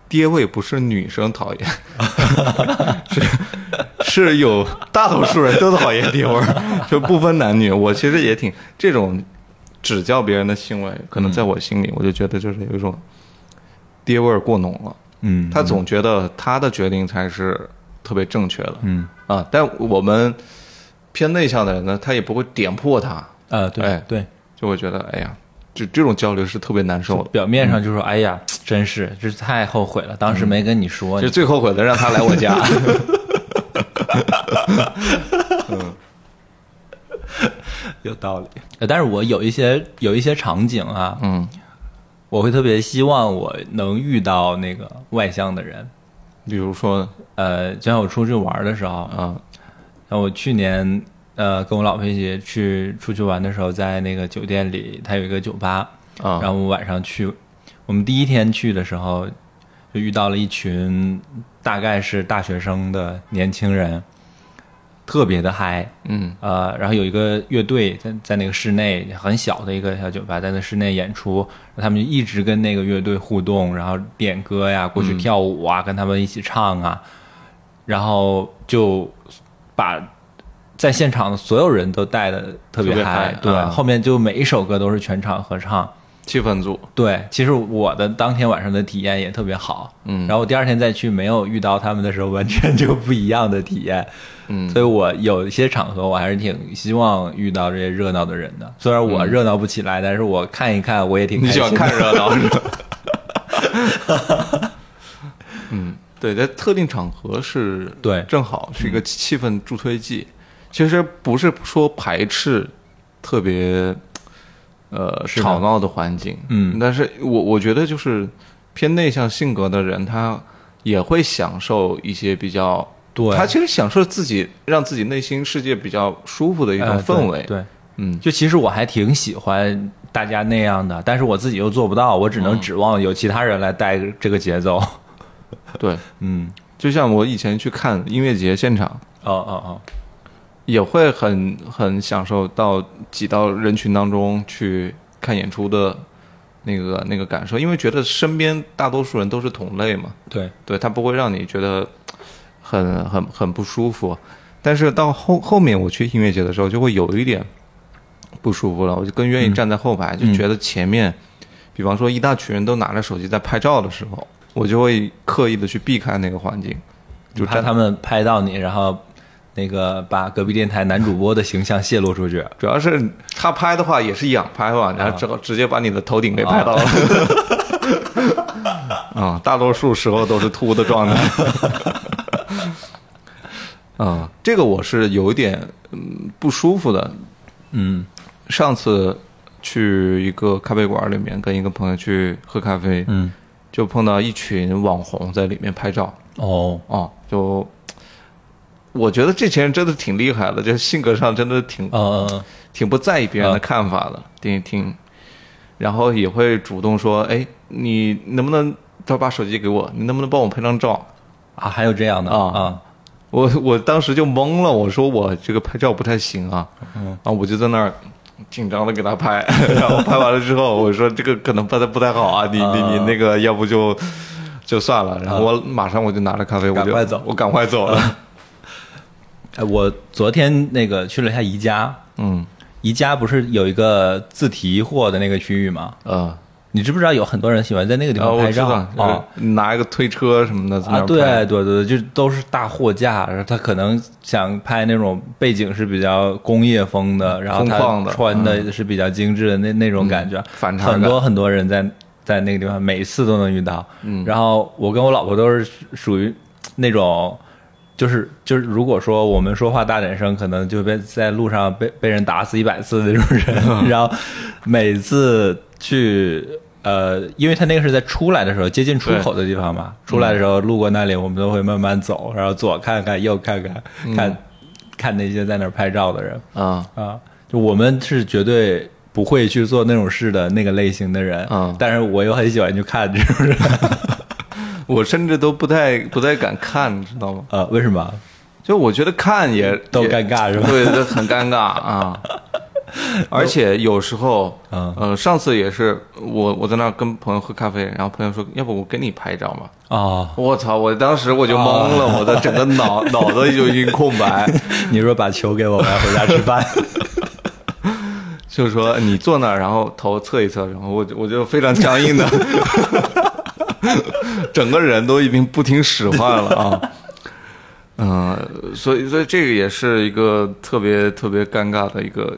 Speaker 1: 爹味不是女生讨厌， (laughs) 是是有大多数人都讨厌爹味儿，
Speaker 2: (laughs)
Speaker 1: 就不分男女。我其实也挺这种指教别人的行为，可能在我心里，我就觉得就是有一种爹味儿过浓了。
Speaker 2: 嗯
Speaker 1: 他总觉得他的决定才是特别正确的，
Speaker 2: 嗯
Speaker 1: 啊，但我们偏内向的人呢，他也不会点破他，
Speaker 2: 呃，对、
Speaker 1: 哎
Speaker 2: 对，
Speaker 1: 就会觉得，哎呀，这这种交流是特别难受的。
Speaker 2: 表面上就说，哎呀，真是，这太后悔了，
Speaker 1: 嗯
Speaker 2: 当时没跟你说，
Speaker 1: 其实
Speaker 2: 你
Speaker 1: 最后悔的让他来我家，
Speaker 2: 有道理。呃但是我有一些有一些场景啊，
Speaker 1: 嗯，
Speaker 2: 我会特别希望我能遇到那个外向的人。
Speaker 1: (laughs) 比如说
Speaker 2: 呃，就像我出去玩的时候，
Speaker 1: 啊，
Speaker 2: 像我去年呃跟我老婆一起去出去玩的时候，在那个酒店里，它有一个酒吧，
Speaker 1: 啊
Speaker 2: 然后我晚上去，我们第一天去的时候就遇到了一群大概是大学生的年轻人，特别的嗨，
Speaker 1: 嗯
Speaker 2: 呃，然后有一个乐队在在那个室内很小的一个小酒吧，在那室内演出，他们就一直跟那个乐队互动，然后点歌呀，过去跳舞
Speaker 1: 嗯
Speaker 2: 啊，跟他们一起唱啊，然后就把在现场的所有人都带的特别
Speaker 1: 特别
Speaker 2: 嗨
Speaker 1: 嗨，
Speaker 2: 对，
Speaker 1: 啊
Speaker 2: 后面就每一首歌都是全场合唱，
Speaker 1: 气氛组，
Speaker 2: 对，其实我的当天晚上的体验也特别好，嗯，然后我第二天再去没有遇到他们的时候，完全就不一样的体验，嗯，所以我有一些场合我还是挺希望遇到这些热闹的人的，虽然我热闹不起来，但是我看一看我也
Speaker 1: 嗯
Speaker 2: 挺
Speaker 1: 你
Speaker 2: 开
Speaker 1: 喜
Speaker 2: 心的
Speaker 1: 欢看热闹
Speaker 2: (laughs)
Speaker 1: 是吧？ (laughs) 嗯，对，在特定场合是，
Speaker 2: 对
Speaker 1: 正好是一个气氛助推剂。其实不是说排斥特别呃
Speaker 2: 的
Speaker 1: 吵闹的环境，
Speaker 2: 嗯
Speaker 1: 但是我我觉得就是偏内向性格的人，他也会享受一些比较。
Speaker 2: 对
Speaker 1: 他其实享受自己让自己内心世界比较舒服的一种
Speaker 2: 呃对
Speaker 1: 氛围，
Speaker 2: 对，
Speaker 1: 嗯，
Speaker 2: 就其实我还挺喜欢大家那样的，但是我自己又做不到，我只
Speaker 1: 哦
Speaker 2: 能指望有其他人来带这个节奏，
Speaker 1: 对，
Speaker 2: 嗯，
Speaker 1: 就像我以前去看音乐节现场，
Speaker 2: 哦哦
Speaker 1: 也会很很享受到挤到人群当中去看演出的那个那个感受，因为觉得身边大多数人都是同类嘛，
Speaker 2: 哦，对，
Speaker 1: 对他不会让你觉得很很很不舒服。但是到后后面我去音乐节的时候，就会有一点不舒服了，我就更愿意站在后排，就觉得前面，比方说一大群人都拿着手机在拍照的时候，我就会刻意的去避开那个环境，就
Speaker 2: 怕
Speaker 1: 站
Speaker 2: 他们拍到你，然后那个把隔壁电台男主播的形象泄露出去。
Speaker 1: 主要是他拍的话也是仰拍嘛，然后直直接把你的头顶给拍到了。 (laughs) 啊，大多数时候都是秃的状态。啊，这个我是有一点嗯不舒服的。
Speaker 2: 嗯
Speaker 1: 上次去一个咖啡馆里面跟一个朋友去喝咖啡，
Speaker 2: 嗯，
Speaker 1: 就碰到一群网红在里面拍照。
Speaker 2: 哦，
Speaker 1: 哦，就我觉得这群人真的挺厉害的，就性格上真的挺
Speaker 2: 呃，
Speaker 1: 挺不在意别人的
Speaker 2: 嗯
Speaker 1: 看法的，挺挺，然后也会主动说，哎，你能不能他把手机给我，你能不能帮我拍张照？
Speaker 2: 啊，还有这样的
Speaker 1: 啊
Speaker 2: 啊，
Speaker 1: 我我当时就懵了，我说我这个拍照不太行啊，嗯，啊，我就在那儿紧张的给他拍， (laughs) 然后拍完了之后，我说这个可能拍的不太好啊，你你你那个要不就就算了，然后我马上我就拿着咖啡，我就
Speaker 2: 啊赶快走啊
Speaker 1: 我赶快走 (laughs) 了，
Speaker 2: 哎，我昨天那个去了一下宜家，
Speaker 1: 嗯
Speaker 2: 宜家不是有一个自提货的那个区域吗？
Speaker 1: 呃，
Speaker 2: 你知不知道有很多人喜欢在那个地
Speaker 1: 然后
Speaker 2: 方
Speaker 1: 我
Speaker 2: 拍
Speaker 1: 知
Speaker 2: 照
Speaker 1: 道
Speaker 2: 啊？，
Speaker 1: 就是拿一个推车什么的在那
Speaker 2: 啊，
Speaker 1: 儿
Speaker 2: 对
Speaker 1: 拍
Speaker 2: 对对对，就是都是大货架，然后他可能想拍那种背景是比较工业风的，然后
Speaker 1: 空旷
Speaker 2: 他
Speaker 1: 的
Speaker 2: 穿的嗯是比较精致的那、那种感觉，
Speaker 1: 反差感
Speaker 2: 很多很多人在在那个地方每次都能遇到，嗯，然后我跟我老婆都是属于那种。就是就是，如果说我们说话大点声，可能就被在路上被被人打死一百次的那种人。然后每次去呃，因为他那个是在出来的时候接近出口的地方嘛，出来的时候路过那里，我们都会慢慢走，然后左看看右看看，看看那些在那儿拍照的人
Speaker 1: 啊。
Speaker 2: 啊，就我们是绝对。不会去做那种事的那个类型的人，
Speaker 1: 嗯
Speaker 2: 但是我又很喜欢去看这种人， (laughs)
Speaker 1: 我甚至都不太不太敢看，你知道吗？
Speaker 2: 呃，为什么？
Speaker 1: 就我觉得看也
Speaker 2: (laughs) 都
Speaker 1: 也
Speaker 2: 尴尬是吧
Speaker 1: 对，都很尴尬
Speaker 2: (laughs)
Speaker 1: 啊。而且有时候，
Speaker 2: 嗯
Speaker 1: 呃，上次也是我我在那儿跟朋友喝咖啡，然后朋友说，要不我给你拍一张吧？
Speaker 2: 哦，
Speaker 1: 我操！我当时我就懵了，
Speaker 2: 啊
Speaker 1: 我的整个
Speaker 2: (laughs)
Speaker 1: 脑脑子就一空白，
Speaker 2: 你说把球给我，我要回家吃饭。 (laughs)
Speaker 1: 就是说你坐那儿，然后头侧一侧，然后我就我就非常僵硬的， (laughs) 整个人都已经不听使唤了啊。嗯、所以所以这个也是一个特别特别尴尬的一个，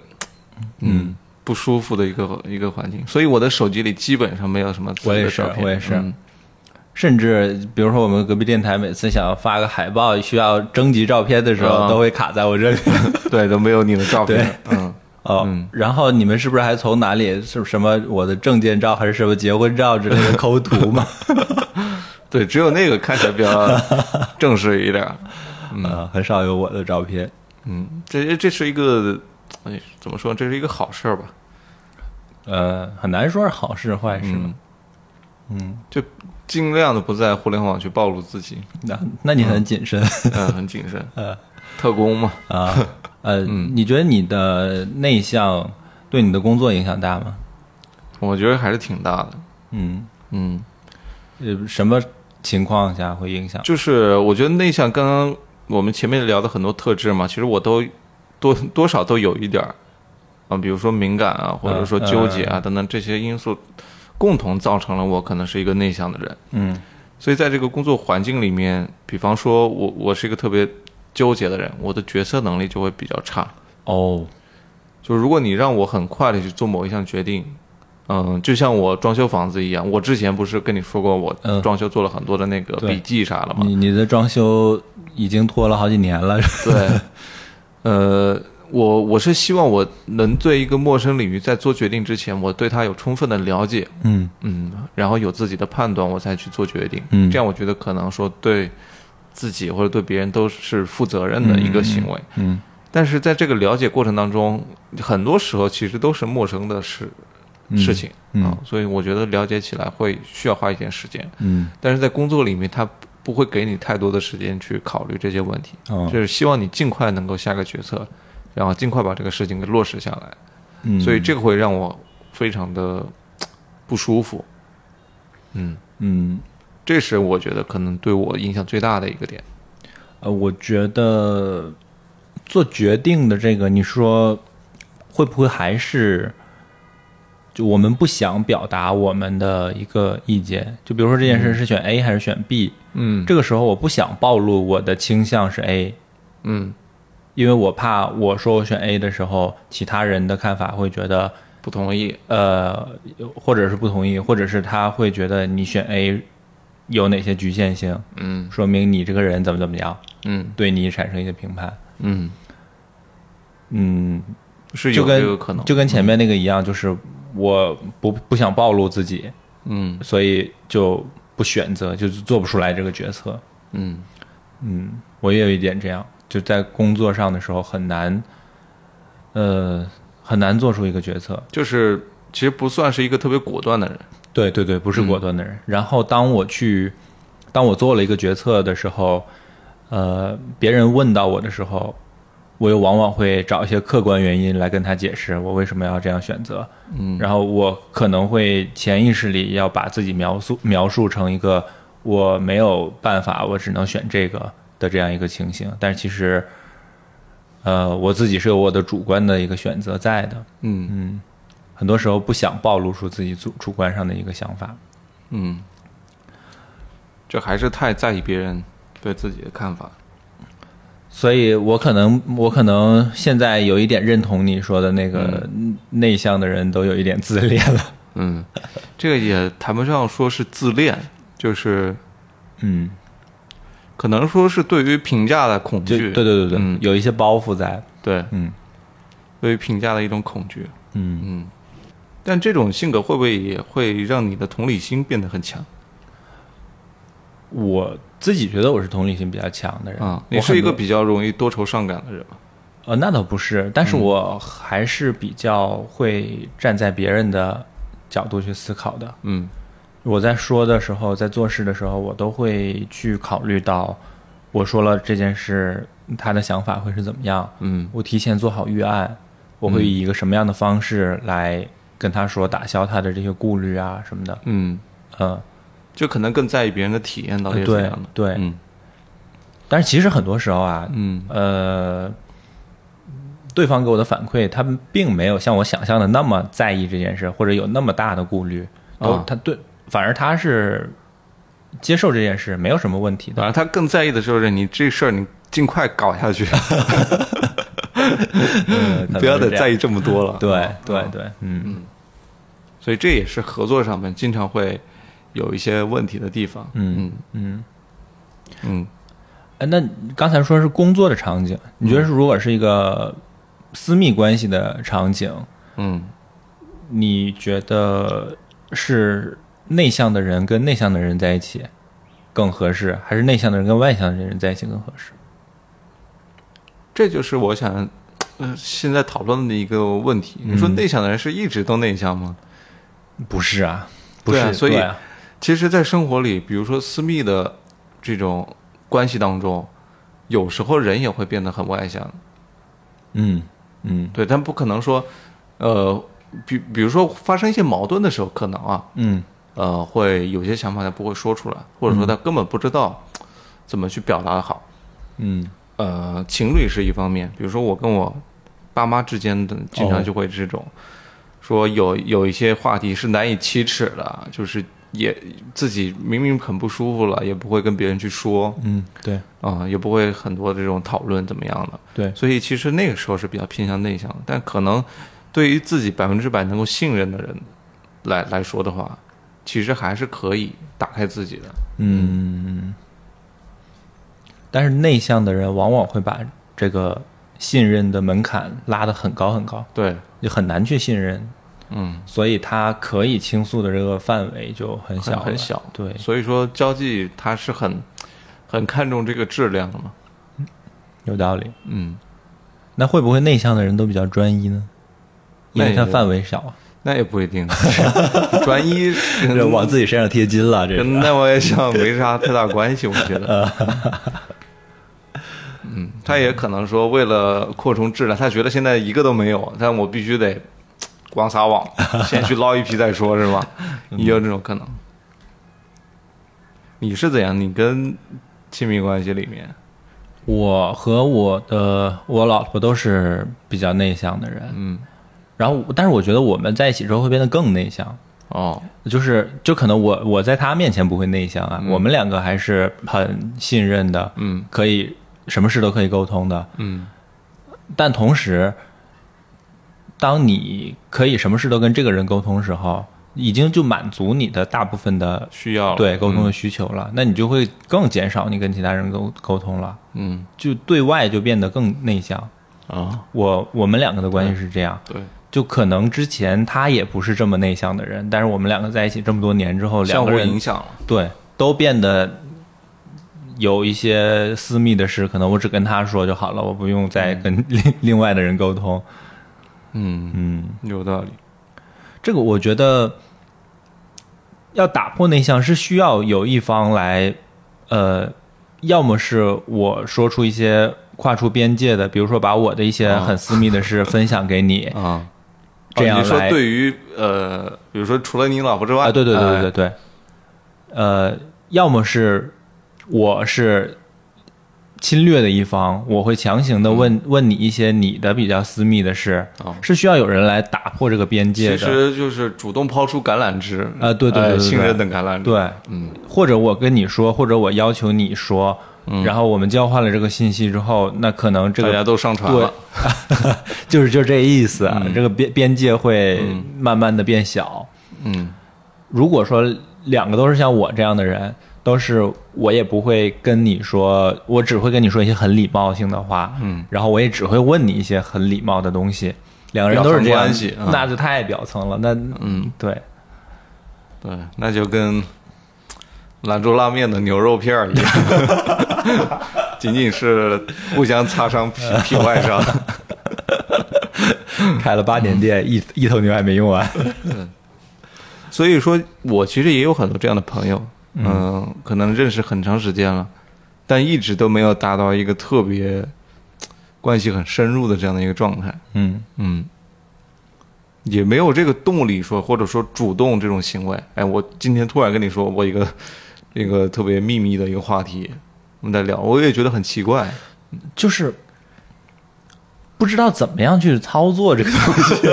Speaker 1: 嗯，不舒服的一个一个环境。所以我的手机里基本上没有什么自己
Speaker 2: 我也
Speaker 1: 的
Speaker 2: 是
Speaker 1: 照片
Speaker 2: 我也是
Speaker 1: 嗯
Speaker 2: 甚至比如说，我们隔壁电台每次想要发个海报，需要征集照片的时候，
Speaker 1: 啊
Speaker 2: 都会卡在我
Speaker 1: (laughs)
Speaker 2: 这里。
Speaker 1: 对，都没有你的照片。嗯，
Speaker 2: 哦，然后你们是不是还从哪里是什么我的证件照还是什么结婚照之类的抠图
Speaker 1: (laughs)
Speaker 2: 嘛？
Speaker 1: 对，只有那个看起来比较正式一点儿。
Speaker 2: 呃，很少有我的照片。
Speaker 1: 嗯，这这是一个，哎，怎么说？这是一个好事儿吧？
Speaker 2: 呃，很难说是好事坏事
Speaker 1: 嗯
Speaker 2: 嘛。
Speaker 1: 就尽量的不在互联网去暴露自己，
Speaker 2: 那那你很谨慎
Speaker 1: 嗯，很谨慎，特工嘛，
Speaker 2: 啊。
Speaker 1: (laughs)
Speaker 2: 呃，
Speaker 1: 嗯
Speaker 2: 你觉得你的内向对你的工作影响大吗？
Speaker 1: 我觉得还是挺大的，
Speaker 2: 嗯，
Speaker 1: 嗯，
Speaker 2: 呃，什么情况下会影响？
Speaker 1: 就是我觉得内向，刚刚我们前面聊的很多特质嘛，其实我都多多少都有一点儿啊，比如说敏感啊，或者说纠结啊等等这些因素，共同造成了我可能是一个内向的人。
Speaker 2: 嗯
Speaker 1: 所以在这个工作环境里面，比方说我我是一个特别纠结的人，我的决策能力就会比较差。
Speaker 2: 哦，
Speaker 1: 就如果你让我很快的去做某一项决定，嗯，就像我装修房子一样，我之前不是跟你说过我
Speaker 2: 嗯
Speaker 1: 装修做了很多的那个
Speaker 2: 对
Speaker 1: 笔记啥
Speaker 2: (laughs)
Speaker 1: 的吗？
Speaker 2: 你你的装修已经拖了好几年了，
Speaker 1: 对， (laughs) 呃，我我是希望我能对一个陌生领域在做决定之前，我对它有充分的了解，
Speaker 2: 嗯
Speaker 1: 嗯，然后有自己的判断，我才去做决定。
Speaker 2: 嗯
Speaker 1: 这样我觉得可能说对自己或者对别人都是负责任的一个行为。
Speaker 2: (laughs) 嗯
Speaker 1: 但是在这个了解过程当中，很多时候其实都是陌生的事事情
Speaker 2: 嗯
Speaker 1: 啊所以我觉得了解起来会需要花一点时间。
Speaker 2: 嗯
Speaker 1: 但是在工作里面，他不会给你太多的时间去考虑这些问题，
Speaker 2: 哦
Speaker 1: 就是希望你尽快能够下个决策，然后尽快把这个事情给落实下来。
Speaker 2: 嗯，
Speaker 1: 所以这个会让我非常的不舒服。嗯，
Speaker 2: 嗯。
Speaker 1: 这是我觉得可能对我影响最大的一个点。
Speaker 2: 呃，我觉得做决定的这个，你说会不会还是就我们不想表达我们的一个意见？就比如说这件事是选 A 还是选 B，、
Speaker 1: 嗯
Speaker 2: 这个时候我不想暴露我的倾向是 A，
Speaker 1: 嗯，
Speaker 2: 因为我怕我说我选 A 的时候，其他人的看法会觉得
Speaker 1: 不同意。
Speaker 2: 呃，或者是不同意，或者是他会觉得你选 A 有哪些局限性，
Speaker 1: 嗯
Speaker 2: 说明你这个人怎么怎么样，
Speaker 1: 嗯
Speaker 2: 对你产生一些评判。
Speaker 1: 嗯，
Speaker 2: 嗯，
Speaker 1: 是
Speaker 2: 就
Speaker 1: 有
Speaker 2: 跟
Speaker 1: 这个可能。
Speaker 2: 就跟前面那个一样，就是我不不想暴露自己，
Speaker 1: 嗯
Speaker 2: 所以就不选择，就是做不出来这个决策。
Speaker 1: 嗯
Speaker 2: 嗯，我也有一点这样，就在工作上的时候很难，呃，很难做出一个决策。
Speaker 1: 就是其实不算是一个特别果断的人。
Speaker 2: 对对对，不是果断的人。然后当我去，当我做了一个决策的时候，呃，别人问到我的时候，我又往往会找一些客观原因来跟他解释我为什么要这样选择。
Speaker 1: 嗯
Speaker 2: 然后我可能会潜意识里要把自己描述描述成一个我没有办法，我只能选这个的这样一个情形。但是其实，呃，我自己是有我的主观的一个选择在的。
Speaker 1: 嗯
Speaker 2: 嗯，很多时候不想暴露出自己主主观上的一个想法。
Speaker 1: 嗯，这还是太在意别人对自己的看法。
Speaker 2: 所以我可能，我可能现在有一点认同你说的那个内向的人都有一点自恋
Speaker 1: (laughs)
Speaker 2: 了。
Speaker 1: 嗯，这个也谈不上说是自恋，就是
Speaker 2: 嗯，
Speaker 1: 可能说是对于评价的恐
Speaker 2: 就
Speaker 1: 惧。
Speaker 2: 对对对对，
Speaker 1: 嗯
Speaker 2: 有一些包袱在。
Speaker 1: 对，
Speaker 2: 嗯
Speaker 1: 对于评价的一种恐惧。
Speaker 2: 嗯，
Speaker 1: 嗯，但这种性格会不会也会让你的同理心变得很强
Speaker 2: 我自己觉得我是同理心比较强的人
Speaker 1: 啊？
Speaker 2: 我
Speaker 1: 你是
Speaker 2: 很
Speaker 1: 一个
Speaker 2: 多
Speaker 1: 比较容易多愁善感的人吗？
Speaker 2: 呃，那倒不是，但
Speaker 1: 嗯
Speaker 2: 是我还是比较会站在别人的角度去思考的。
Speaker 1: 嗯
Speaker 2: 我在说的时候，在做事的时候，我都会去考虑到，我说了这件事，他的想法会是怎么样。
Speaker 1: 嗯
Speaker 2: 我提前做好预案，我会以一个什么样的方式来跟他说，打消他的这些顾虑啊什么的。
Speaker 1: 嗯，
Speaker 2: 嗯，
Speaker 1: 就可能更在意别人的体验到底是怎
Speaker 2: 呃对
Speaker 1: 样的。
Speaker 2: 对。
Speaker 1: 嗯
Speaker 2: 但是其实很多时候啊，
Speaker 1: 嗯
Speaker 2: 呃，对方给我的反馈，他们并没有像我想象的那么在意这件事，或者有那么大的顾虑。都
Speaker 1: 啊
Speaker 2: 他对，反而他是接受这件事，没有什么
Speaker 1: (laughs)
Speaker 2: 问题的
Speaker 1: 反。正他更在意的就是你这事儿你尽快搞下
Speaker 2: (laughs)
Speaker 1: 去，
Speaker 2: 呃
Speaker 1: 不要再在。
Speaker 2: 可能是这
Speaker 1: 意
Speaker 2: 样
Speaker 1: 这么多了。
Speaker 2: 对
Speaker 1: 啊
Speaker 2: 对
Speaker 1: 啊
Speaker 2: 对，嗯
Speaker 1: 所以这也是合作上面经常会有一些问题的地方。
Speaker 2: 嗯
Speaker 1: 嗯
Speaker 2: 嗯。
Speaker 1: 嗯
Speaker 2: 哎，那刚才说是工作的场景，你觉得是如果是一个私密关系的场景，
Speaker 1: 嗯，
Speaker 2: 你觉得是内向的人跟内向的人在一起更合适，还是内向的人跟外向的人在一起更合适？
Speaker 1: 这就是我想。呃，现在讨论的一个问题，你说
Speaker 2: 嗯
Speaker 1: 内向的人是一直都内向吗？
Speaker 2: 不是啊，不
Speaker 1: 对
Speaker 2: 是，
Speaker 1: 啊所以
Speaker 2: 对啊
Speaker 1: 其实，在生活里，比如说私密的这种关系当中，有时候人也会变得很外向。
Speaker 2: 嗯嗯
Speaker 1: 对，但不可能说，呃，比比如说发生一些矛盾的时候，可能啊，
Speaker 2: 嗯
Speaker 1: 呃，会有些想法他不会说出来，或者说他根本不知道怎么去表达好。
Speaker 2: 嗯
Speaker 1: 呃，情侣是一方面，比如说我跟我爸妈之间的经常就会这种，说有有一些话题是难以启齿的，就是也自己明明很不舒服了，也不会跟别人去说，
Speaker 2: 嗯，对
Speaker 1: 啊、也不会很多这种讨论怎么样的。
Speaker 2: 对，
Speaker 1: 所以其实那个时候是比较偏向内向的，但可能对于自己百分之百能够信任的人来来说的话，其实还是可以打开自己的。
Speaker 2: 嗯，但是内向的人往往会把这个信任的门槛拉得很高很高，
Speaker 1: 对，
Speaker 2: 就很难去信任，
Speaker 1: 嗯，
Speaker 2: 所以他可以倾诉的这个范围就很小
Speaker 1: 很
Speaker 2: 了
Speaker 1: 很小，嗯
Speaker 2: 对，
Speaker 1: 所以说交际它是很很看重这个质量的嘛。
Speaker 2: 有道理。
Speaker 1: 嗯，
Speaker 2: 那会不会内向的人都比较专一呢？因为
Speaker 1: 那
Speaker 2: 他
Speaker 1: 也
Speaker 2: 范围小啊，
Speaker 1: 那也不一定，专一
Speaker 2: 这
Speaker 1: 跟
Speaker 2: 往自己身上贴金了，
Speaker 1: (laughs)
Speaker 2: 这
Speaker 1: 跟
Speaker 2: 是。
Speaker 1: 那外向没啥太大关系，我觉
Speaker 2: (laughs)
Speaker 1: 得。
Speaker 2: 啊
Speaker 1: 嗯，他也可能说为了扩充质量，他觉得现在一个都没有，但我必须得光撒
Speaker 2: (laughs)
Speaker 1: 网，先去捞一批再说，是吧？
Speaker 2: 嗯
Speaker 1: 也有这种可能。你是怎样？你跟亲密关系里面，
Speaker 2: 我和我的我老婆都是比较内向的人，
Speaker 1: 嗯，
Speaker 2: 然后但是我觉得我们在一起之后会变得更内向，
Speaker 1: 哦，
Speaker 2: 就是就可能我我在他面前不会内向啊，我们两个还是很信任的，
Speaker 1: 嗯
Speaker 2: 可以什么事都可以沟通的。
Speaker 1: 嗯
Speaker 2: 但同时，当你可以什么事都跟这个人沟通的时候，已经就满足你的大部分的
Speaker 1: 需要了
Speaker 2: 对沟通的
Speaker 1: 嗯
Speaker 2: 需求了，那你就会更减少你跟其他人沟沟通了，
Speaker 1: 嗯
Speaker 2: 就对外就变得更内向。
Speaker 1: 啊，
Speaker 2: 我我们两个的关系是这样，
Speaker 1: 嗯对，
Speaker 2: 就可能之前他也不是这么内向的人，但是我们两个在一起这么多年之后，两
Speaker 1: 相
Speaker 2: 个
Speaker 1: 互
Speaker 2: 人
Speaker 1: 影响了，
Speaker 2: 对都变得有一些私密的事，可能我只跟他说就好了，我不用再跟另另外的人沟通。
Speaker 1: 嗯
Speaker 2: 嗯，
Speaker 1: 有道理，
Speaker 2: 这个我觉得要打破内向是需要有一方来，呃，要么是我说出一些跨出边界的，比如说把我的一些很私密的事分享给你，
Speaker 1: (laughs) 啊。
Speaker 2: 这样
Speaker 1: 哦、你说
Speaker 2: 来
Speaker 1: 对于呃，比如说除了你老婆之外，
Speaker 2: 啊，对对对对
Speaker 1: 哎
Speaker 2: 对对，呃，要么是我是侵略的一方，我会强行的问、问你一些你的比较私密的事，
Speaker 1: 嗯哦
Speaker 2: 是需要有人来打破这个边界
Speaker 1: 其
Speaker 2: 的。
Speaker 1: 实就是主动抛出橄榄枝
Speaker 2: 啊对对对
Speaker 1: 哎
Speaker 2: 对对
Speaker 1: 信任的橄榄枝，，
Speaker 2: 对，
Speaker 1: 嗯
Speaker 2: 或者我跟你说，或者我要求你说，然后我们交换了这个信息之后，那可能
Speaker 1: 嗯
Speaker 2: 这
Speaker 1: 大家
Speaker 2: 个
Speaker 1: 都上传
Speaker 2: 对
Speaker 1: 了，，
Speaker 2: (laughs) 就是就这意思啊，这个边边界会慢慢的变小。
Speaker 1: 嗯
Speaker 2: 如果说两个都是像我这样的人，都是我也不会跟你说，我只会跟你说一些很礼貌性的话，嗯，然后我也只会问你一些很礼貌的东西。两个人都是这样，
Speaker 1: 表层关系啊
Speaker 2: 那就太表层了。那嗯，对，
Speaker 1: 对，那就跟兰州拉面的牛肉片儿一样， (laughs) 仅仅是互相擦伤皮皮外伤，
Speaker 2: 开了八年
Speaker 1: (laughs)
Speaker 2: 店，一一头牛还没用完。
Speaker 1: 所以说我其实也有很多这样的朋友，嗯、可能认识很长时间了，但一直都没有达到一个特别关系很深入的这样的一个状态，
Speaker 2: 嗯，
Speaker 1: 嗯，也没有这个动力说，或者说主动这种行为。哎，我今天突然跟你说，我一个 (laughs) 一个特别秘密的一个话题，我们在聊，我也觉得很奇怪。
Speaker 2: 就是不知道怎么样去操作这个东
Speaker 1: (laughs)
Speaker 2: 西。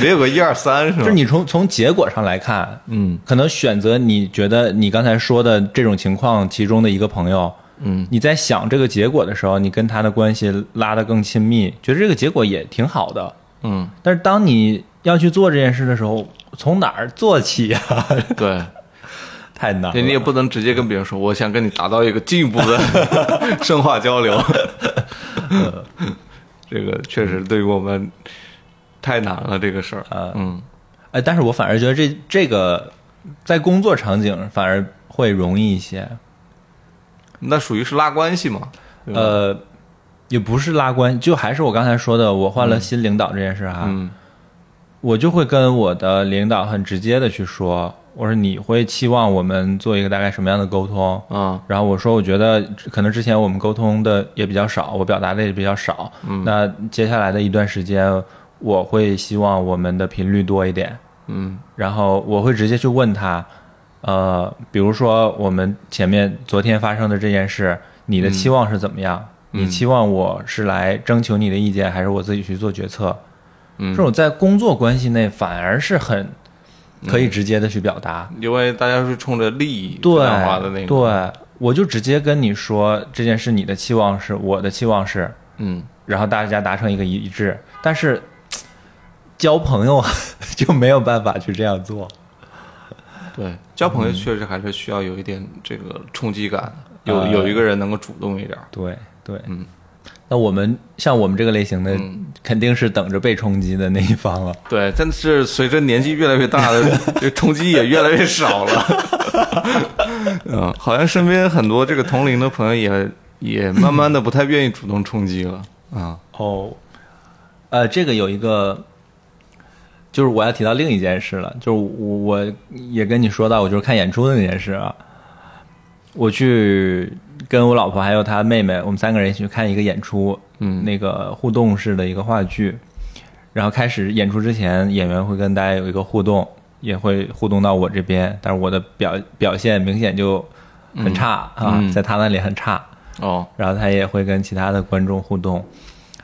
Speaker 1: 得有个一二三是
Speaker 2: 就
Speaker 1: 吧？
Speaker 2: 是你从从结果上来看，
Speaker 1: 嗯
Speaker 2: 可能选择你觉得你刚才说的这种情况其中的一个朋友，
Speaker 1: 嗯，
Speaker 2: 你在想这个结果的时候，你跟他的关系拉得更亲密，觉得这个结果也挺好的。
Speaker 1: 嗯，
Speaker 2: 但是当你要去做这件事的时候，从哪儿做起呀、 (laughs)
Speaker 1: 对，
Speaker 2: 太难
Speaker 1: 对你也
Speaker 2: 了。
Speaker 1: 不能直接跟别人说，我想跟你达到一个进一步
Speaker 2: (laughs)
Speaker 1: 的深化交流。嗯这个确实对于我们太难了，这个事儿。嗯，
Speaker 2: 哎，但是我反而觉得这这个在工作场景反而会容易一些。
Speaker 1: 那属于是拉关系嘛？对吧，
Speaker 2: 呃，也不是拉关，就还是我刚才说的，我换了新领导这件事哈、啊
Speaker 1: 嗯
Speaker 2: 我就会跟我的领导很直接的去说，我说你会期望我们做一个大概什么样的沟通？
Speaker 1: 啊，
Speaker 2: 然后我说，我觉得可能之前我们沟通的也比较少，我表达的也比较少。
Speaker 1: 嗯
Speaker 2: 那接下来的一段时间，我会希望我们的频率多一点。
Speaker 1: 嗯
Speaker 2: 然后我会直接去问他，嗯呃，比如说我们前面昨天发生的这件事，你的期望是怎么样？你期望我是来征求你的意见，还是我自己去做决策？这种在工作关系内反而是很可以直接的去表达。
Speaker 1: 因为大家是冲着利益
Speaker 2: 嗯对
Speaker 1: 最大化的那个，，
Speaker 2: 对，我就直接跟你说这件事，你的期望是，我的期望是，
Speaker 1: 嗯，
Speaker 2: 然后大家达成一个一致。但是交朋友啊 (laughs) 就没有办法去这样做。
Speaker 1: 对，交朋友
Speaker 2: 嗯
Speaker 1: 确实还是需要有一点这个冲击感的，
Speaker 2: 嗯
Speaker 1: 有有一个人能够主动一点儿，
Speaker 2: 对对，
Speaker 1: 嗯。
Speaker 2: 那我们像我们这个类型的，肯定是等着被冲击的那一方了。
Speaker 1: 对，但是随着年纪越来越大的，这冲击也越来越少了。嗯，好像身边很多这个同龄的朋友也也慢慢的不太愿意主动冲击了啊。
Speaker 2: 哦，呃，这个有一个，就是我要提到另一件事了，就是我我也跟你说到，我就是看演出的那件事啊。我去跟我老婆还有她妹妹，我们三个人一起去看一个演出，
Speaker 1: 嗯
Speaker 2: 那个互动式的一个话剧。然后开始演出之前，演员会跟大家有一个互动，也会互动到我这边，但是我的表表现明显就很差、啊，
Speaker 1: 嗯
Speaker 2: 在他那里很差。
Speaker 1: 哦，
Speaker 2: 然后他也会跟其他的观众互动，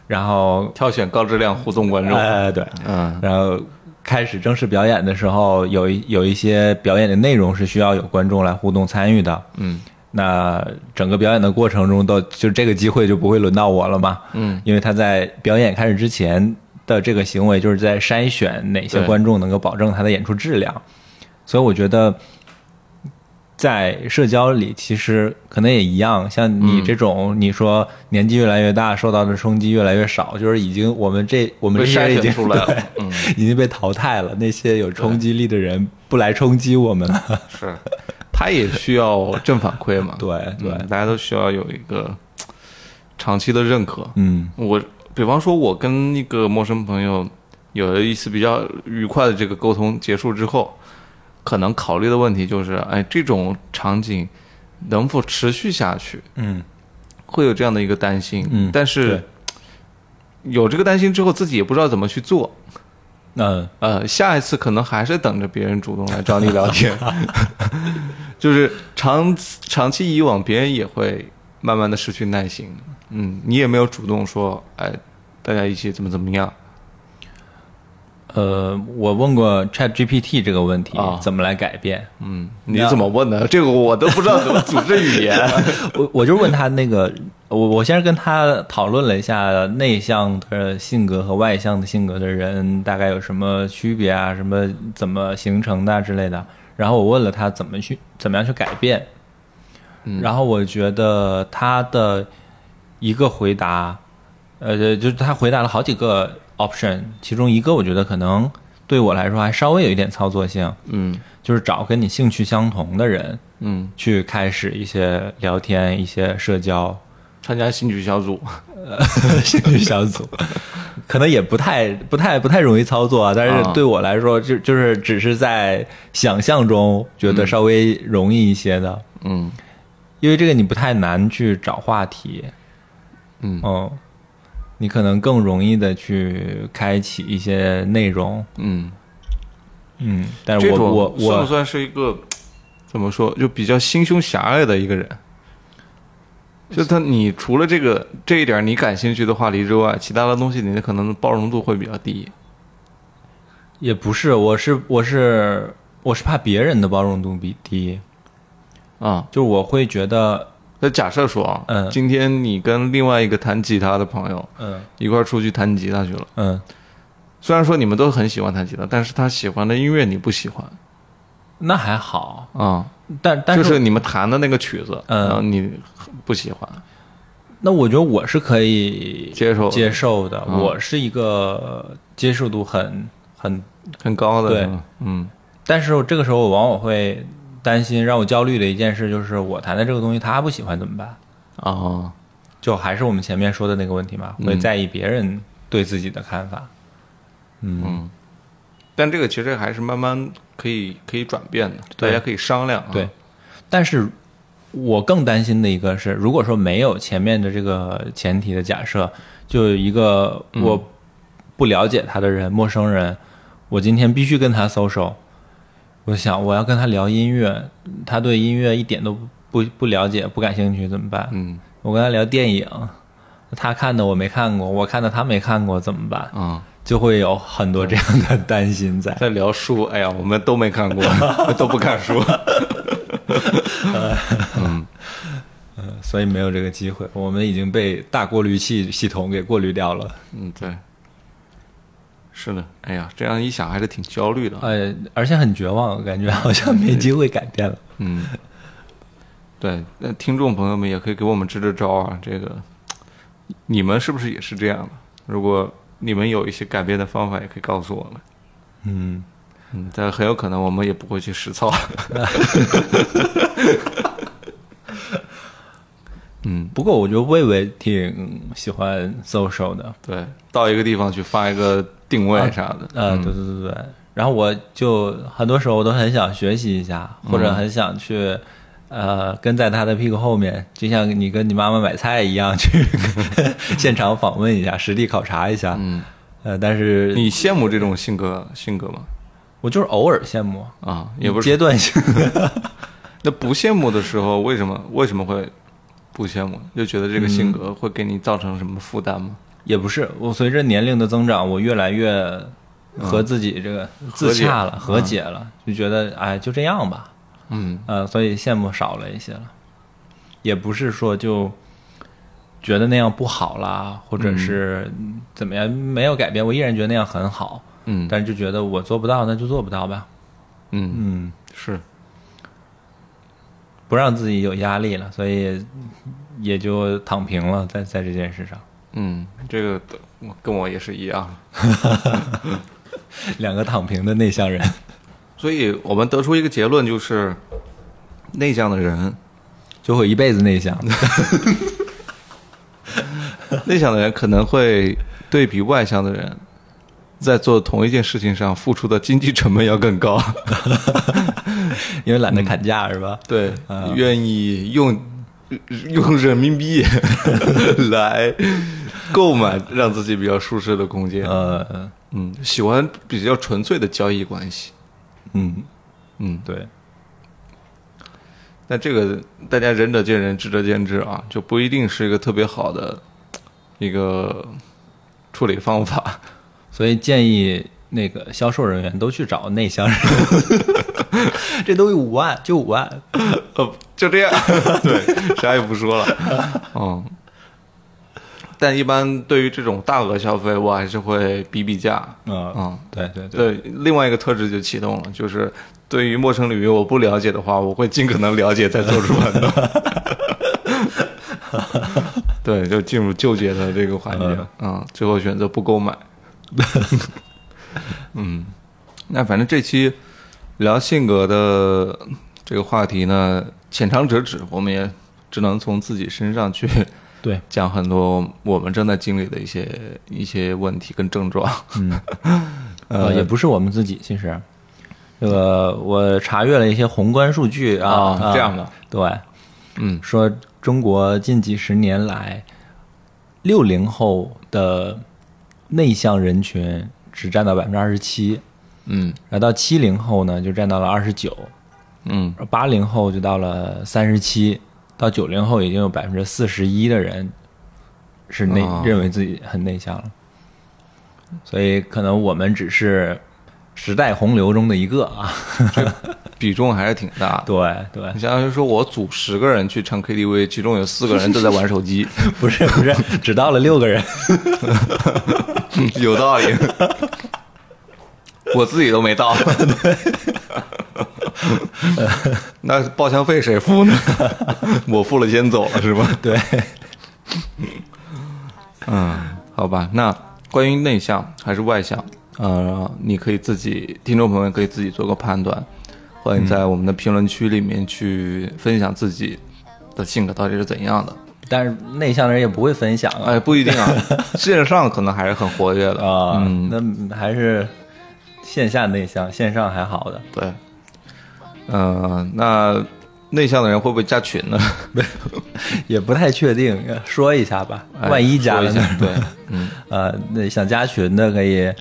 Speaker 2: 然后
Speaker 1: 挑选高质量互动观众，
Speaker 2: 哎对，
Speaker 1: 嗯
Speaker 2: 然后开始正式表演的时候，有一有一些表演的内容是需要有观众来互动参与的。
Speaker 1: 嗯
Speaker 2: 那整个表演的过程中都，就这个机会就不会轮到我了嘛？
Speaker 1: 嗯，
Speaker 2: 因为他在表演开始之前的这个行为，就是在筛选哪些
Speaker 1: 对
Speaker 2: 观众能够保证他的演出质量。所以我觉得，在社交里，其实可能也一样，像
Speaker 1: 嗯
Speaker 2: 你这种，你说年纪越来越大，受到的冲击越来越少，就是已经我们这我们这
Speaker 1: 被
Speaker 2: 些人已
Speaker 1: 筛选
Speaker 2: 经
Speaker 1: 出来了
Speaker 2: (laughs) 对
Speaker 1: 嗯
Speaker 2: 已经被淘汰了。那些有冲击力的人不来冲击我们了。
Speaker 1: 是，他也需要正反馈嘛。
Speaker 2: (laughs) 对对
Speaker 1: 嗯大家都需要有一个长期的认可。
Speaker 2: 嗯
Speaker 1: 我比方说，我跟一个陌生朋友有了一次比较愉快的这个沟通结束之后，可能考虑的问题就是，哎，这种场景能否持续下去，
Speaker 2: 嗯，
Speaker 1: 会有这样的一个担心。
Speaker 2: 嗯
Speaker 1: 但是
Speaker 2: 对
Speaker 1: 有这个担心之后，自己也不知道怎么去做。
Speaker 2: 那
Speaker 1: 呃，下一次可能还是等着别人主动来找你聊天，就是长长期以往，别人也会慢慢的失去耐心。嗯，你也没有主动说，哎，大家一起怎么怎么样
Speaker 2: (laughs) 呃，我问过 Chat GPT 这个问题，
Speaker 1: 啊
Speaker 2: 怎么来改变？
Speaker 1: 嗯，你怎么问的？ (laughs) 这个我都不知道怎么组织语言。
Speaker 2: (laughs) 我我就问他那个，我我先是跟他讨论了一下内向的性格和外向的性格的人大概有什么区别啊，什么怎么形成的啊之类的。然后我问了他怎么去怎么样去改变，然后我觉得他的一个回答，呃，就是他回答了好几个 option，其中一个我觉得可能对我来说还稍微有一点操作性，
Speaker 1: 嗯
Speaker 2: 就是找跟你兴趣相同的人，
Speaker 1: (laughs) 嗯，
Speaker 2: 去开始一些聊天、一些
Speaker 1: (laughs)
Speaker 2: 社交、呃
Speaker 1: 参加兴趣小组，
Speaker 2: 兴趣小组，可能也不太、不太、不太容易操作啊。但
Speaker 1: 啊
Speaker 2: 是对我来说，就就是只是在想象中觉得稍微容易一些的，
Speaker 1: 嗯
Speaker 2: 因为这个你不太难去找话题，
Speaker 1: 嗯
Speaker 2: 嗯，你可能更容易的去开启一些内容，
Speaker 1: 嗯，
Speaker 2: 嗯。但是
Speaker 1: 这
Speaker 2: 我
Speaker 1: 种
Speaker 2: 我
Speaker 1: 算不
Speaker 2: 我
Speaker 1: 算是一个怎么说，就比较心胸狭隘的一个人？就他，你除了这个这一点你感兴趣的话题之外，其他的东西你的可能包容度会比较低。
Speaker 2: 也不是，我是我是我是怕别人的包容度比低，
Speaker 1: 啊、
Speaker 2: 就是我会觉得，
Speaker 1: 那假设说啊，
Speaker 2: 嗯
Speaker 1: 今天你跟另外一个弹吉他的朋友
Speaker 2: 嗯
Speaker 1: 一块儿出去弹吉他去了，
Speaker 2: 嗯。
Speaker 1: 虽然说你们都很喜欢弹吉他，但是他喜欢的音乐你不喜欢
Speaker 2: 那还好，
Speaker 1: 啊、
Speaker 2: 但但、
Speaker 1: 就是是你们弹的那个曲子，
Speaker 2: 嗯
Speaker 1: 然后你不喜欢，
Speaker 2: 那我觉得我是可以
Speaker 1: 接受的
Speaker 2: 接受的，
Speaker 1: 嗯
Speaker 2: 我是一个接受度很很，
Speaker 1: 很高的，
Speaker 2: 对
Speaker 1: 是吧，嗯
Speaker 2: 但是这个时候我往往会担心让我焦虑的一件事就是我谈的这个东西他不喜欢怎么办？
Speaker 1: 啊、哦
Speaker 2: 就还是我们前面说的那个问题嘛，会
Speaker 1: 嗯
Speaker 2: 在意别人对自己的看法。
Speaker 1: 但这个其实还是慢慢可以可以转变的，大
Speaker 2: 对
Speaker 1: 家可以商量、啊。
Speaker 2: 对，，但是我更担心的一个是，如果说没有前面的这个前提的假设，就一个我不了解他的人，陌生人，我今天必须跟他 social，我想我要跟他聊音乐，他对音乐一点都不不了解，不感兴趣怎么办？
Speaker 1: 嗯
Speaker 2: 我跟他聊电影，他看的我没看过，我看的他没看过，怎么办？
Speaker 1: 嗯，
Speaker 2: 就会有很多这样的担心在。
Speaker 1: 在聊书，哎呀，我们都没看 (laughs) 过，都不看书。
Speaker 2: 所以没有这个机会，我们已经被大过滤器系统给过滤掉了。
Speaker 1: 嗯，对，是的。哎呀，这样一想还是挺焦虑的。啊
Speaker 2: 呃，而且很绝望，感觉好像没机会改变了。
Speaker 1: 嗯，对，那听众朋友们也可以给我们支支招啊。这个，你们是不是也是这样的？如果你们有一些改变的方法，也可以告诉我们。
Speaker 2: 嗯，
Speaker 1: 嗯，但很有可能我们也不会去实操。 (laughs) 嗯，
Speaker 2: 不过我觉得魏魏挺喜欢 social 的，
Speaker 1: 对，到一个地方去发一个定位啥的，
Speaker 2: 呃，对对对对。然后我就很多时候我都很想学习一下，
Speaker 1: 嗯
Speaker 2: 或者很想去，呃，跟在他的屁股后面，就像你跟你妈妈买菜一
Speaker 1: (laughs)
Speaker 2: 样，去现场访问一下，实地考察一下。
Speaker 1: 嗯，
Speaker 2: 呃，但是
Speaker 1: 你羡慕这种性格性格吗？
Speaker 2: 我就是偶尔羡慕，
Speaker 1: 啊，也不是
Speaker 2: 阶段性。
Speaker 1: 那不羡慕的时候，为什么为什么会不羡慕？就觉得这个性格会给你造成什么负担吗？
Speaker 2: 也不是，我随着年龄的增长，我越来越
Speaker 1: 嗯
Speaker 2: 和自己这个自洽了、和解了，就觉得哎，就这样吧，
Speaker 1: 嗯
Speaker 2: 呃，所以羡慕少了一些了。也不是说就觉得那样不好啦，或者是怎么样没有改变，我依然觉得那样很好，
Speaker 1: 嗯
Speaker 2: 但是就觉得我做不到，那就做不到吧，
Speaker 1: 嗯
Speaker 2: 嗯，
Speaker 1: 是
Speaker 2: 不让自己有压力了，所以也就躺平了，在在这件事上，
Speaker 1: 嗯，这个我跟我也是一样。
Speaker 2: 两个躺平的内向人， (laughs)
Speaker 1: 所以我们得出一个结论，就是内向的人，
Speaker 2: 就会一辈子内向。
Speaker 1: 内向的人可能会对比外向的人，在做同一件事情上付出的经济成本要更高。
Speaker 2: 因为懒得砍价、是吧？
Speaker 1: (laughs) 对，愿意用 (laughs) 用人民 (laughs) 币来购买让自己比较舒适的空间。
Speaker 2: 呃，
Speaker 1: 嗯，喜欢比较纯粹的交易关系。
Speaker 2: 嗯，
Speaker 1: 嗯，
Speaker 2: 对，
Speaker 1: 但这个大家仁者见仁，智者见智啊，就不一定是一个特别好的一个处理方法。
Speaker 2: 所以建议那个销售人员都去找内向人， (laughs) 这东西五万就五万，
Speaker 1: 呃， (laughs) 就这样，对，啥也不说了，嗯。但一般对于这种大额消费，我还是会比比价，
Speaker 2: 嗯
Speaker 1: 嗯，
Speaker 2: 对对对，
Speaker 1: 对，另外一个特质就启动了，就是对于陌生领域我不了解的话，我会尽可能了解再做出判断。对，就进入纠结的这个环节
Speaker 2: 嗯
Speaker 1: 嗯，最后选择不购买。嗯，那反正这期聊性格的这个话题呢，浅尝辄止，我们也只能从自己身上去
Speaker 2: 对，
Speaker 1: 讲很多我们正在经历的一些一些问题跟症状。
Speaker 2: 呃，也不是我们自己，其实，这个我查阅了一些宏观数据啊，
Speaker 1: 啊
Speaker 2: 啊
Speaker 1: 这样的，
Speaker 2: 对，
Speaker 1: 嗯
Speaker 2: 说中国近几十年来，六零后的内向人群只占到百分之二十七，
Speaker 1: (laughs) 嗯
Speaker 2: 然后到七零后呢，就占到了二十九。
Speaker 1: 嗯
Speaker 2: 八零后就到了三十七，到九零后已经有百分之四十一的人是内、
Speaker 1: 哦
Speaker 2: 认为自己很内向了，所以可能我们只是时代洪流中的一个啊。
Speaker 1: 比重还是挺大的。
Speaker 2: (laughs) 对对
Speaker 1: 你，相当于说我组十个人去唱 KTV，其中有四个人都在玩手机，
Speaker 2: 不是不是，只到了六个人。 (laughs)
Speaker 1: 有道理。我自己都没到，那报箱费谁付呢？ (laughs) 我付了先走了是吧？
Speaker 2: 对，
Speaker 1: 嗯，好吧。那关于内向还是外向，呃，你可以自己，听众朋友可以自己做个判断。欢迎在我们的评论区里面去分享自己的性格到底是怎样的。
Speaker 2: 但是内向的人也不会分享啊
Speaker 1: 哎，不一定啊，线上可能还是很活跃的
Speaker 2: (laughs) 啊、
Speaker 1: 嗯，
Speaker 2: 那还是线下内向，线上还好的。
Speaker 1: 对，呃，那内向的人会不会加群呢？
Speaker 2: 也不太确定，说一下吧，万一加了
Speaker 1: 哎说一
Speaker 2: 呢
Speaker 1: 下？对，嗯，
Speaker 2: 呃，那想加群的可以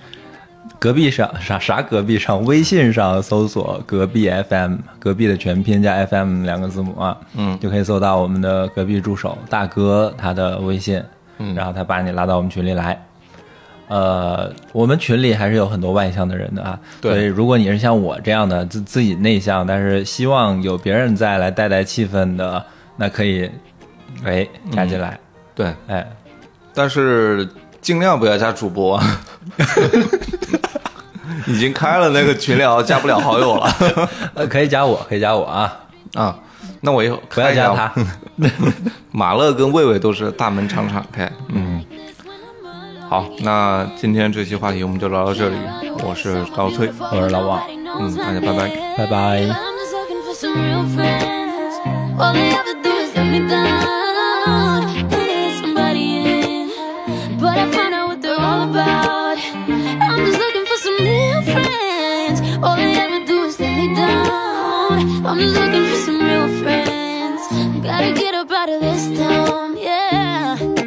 Speaker 2: 隔壁上啥啥隔壁上，微信上搜索“隔壁 FM”，隔壁的全拼加 FM 两个字母啊，
Speaker 1: 嗯
Speaker 2: 就可以搜到我们的隔壁助手大哥他的微信，
Speaker 1: 嗯
Speaker 2: 然后他把你拉到我们群里来。呃，我们群里还是有很多外向的人的啊，
Speaker 1: 对
Speaker 2: 所以如果你是像我这样的自自己内向，但是希望有别人在来带带气氛的，那可以，哎，加进来，
Speaker 1: 对，
Speaker 2: 哎，
Speaker 1: 但是尽量不要加主
Speaker 2: (laughs)
Speaker 1: 播。已经开了那个群聊，加不了好友了
Speaker 2: 呃，可以加我，可以加我啊，
Speaker 1: 啊！那我以后
Speaker 2: 不要
Speaker 1: 开一下
Speaker 2: 加他，
Speaker 1: 马乐跟魏魏都是大门常敞开。嗯，
Speaker 2: 嗯
Speaker 1: 好，那今天这期话题我们就聊到这里。我是高翠，
Speaker 2: 我是老王，
Speaker 1: 嗯，大家拜拜。
Speaker 2: 拜拜。
Speaker 4: I'm just looking for some real friends. All they ever do is let me down. And get somebody in. But I found out what they're all about. I'm just looking for some real friends. All they ever do is let me down. I'm just looking for some real friends. Gotta get up out of this town, yeah. Oh,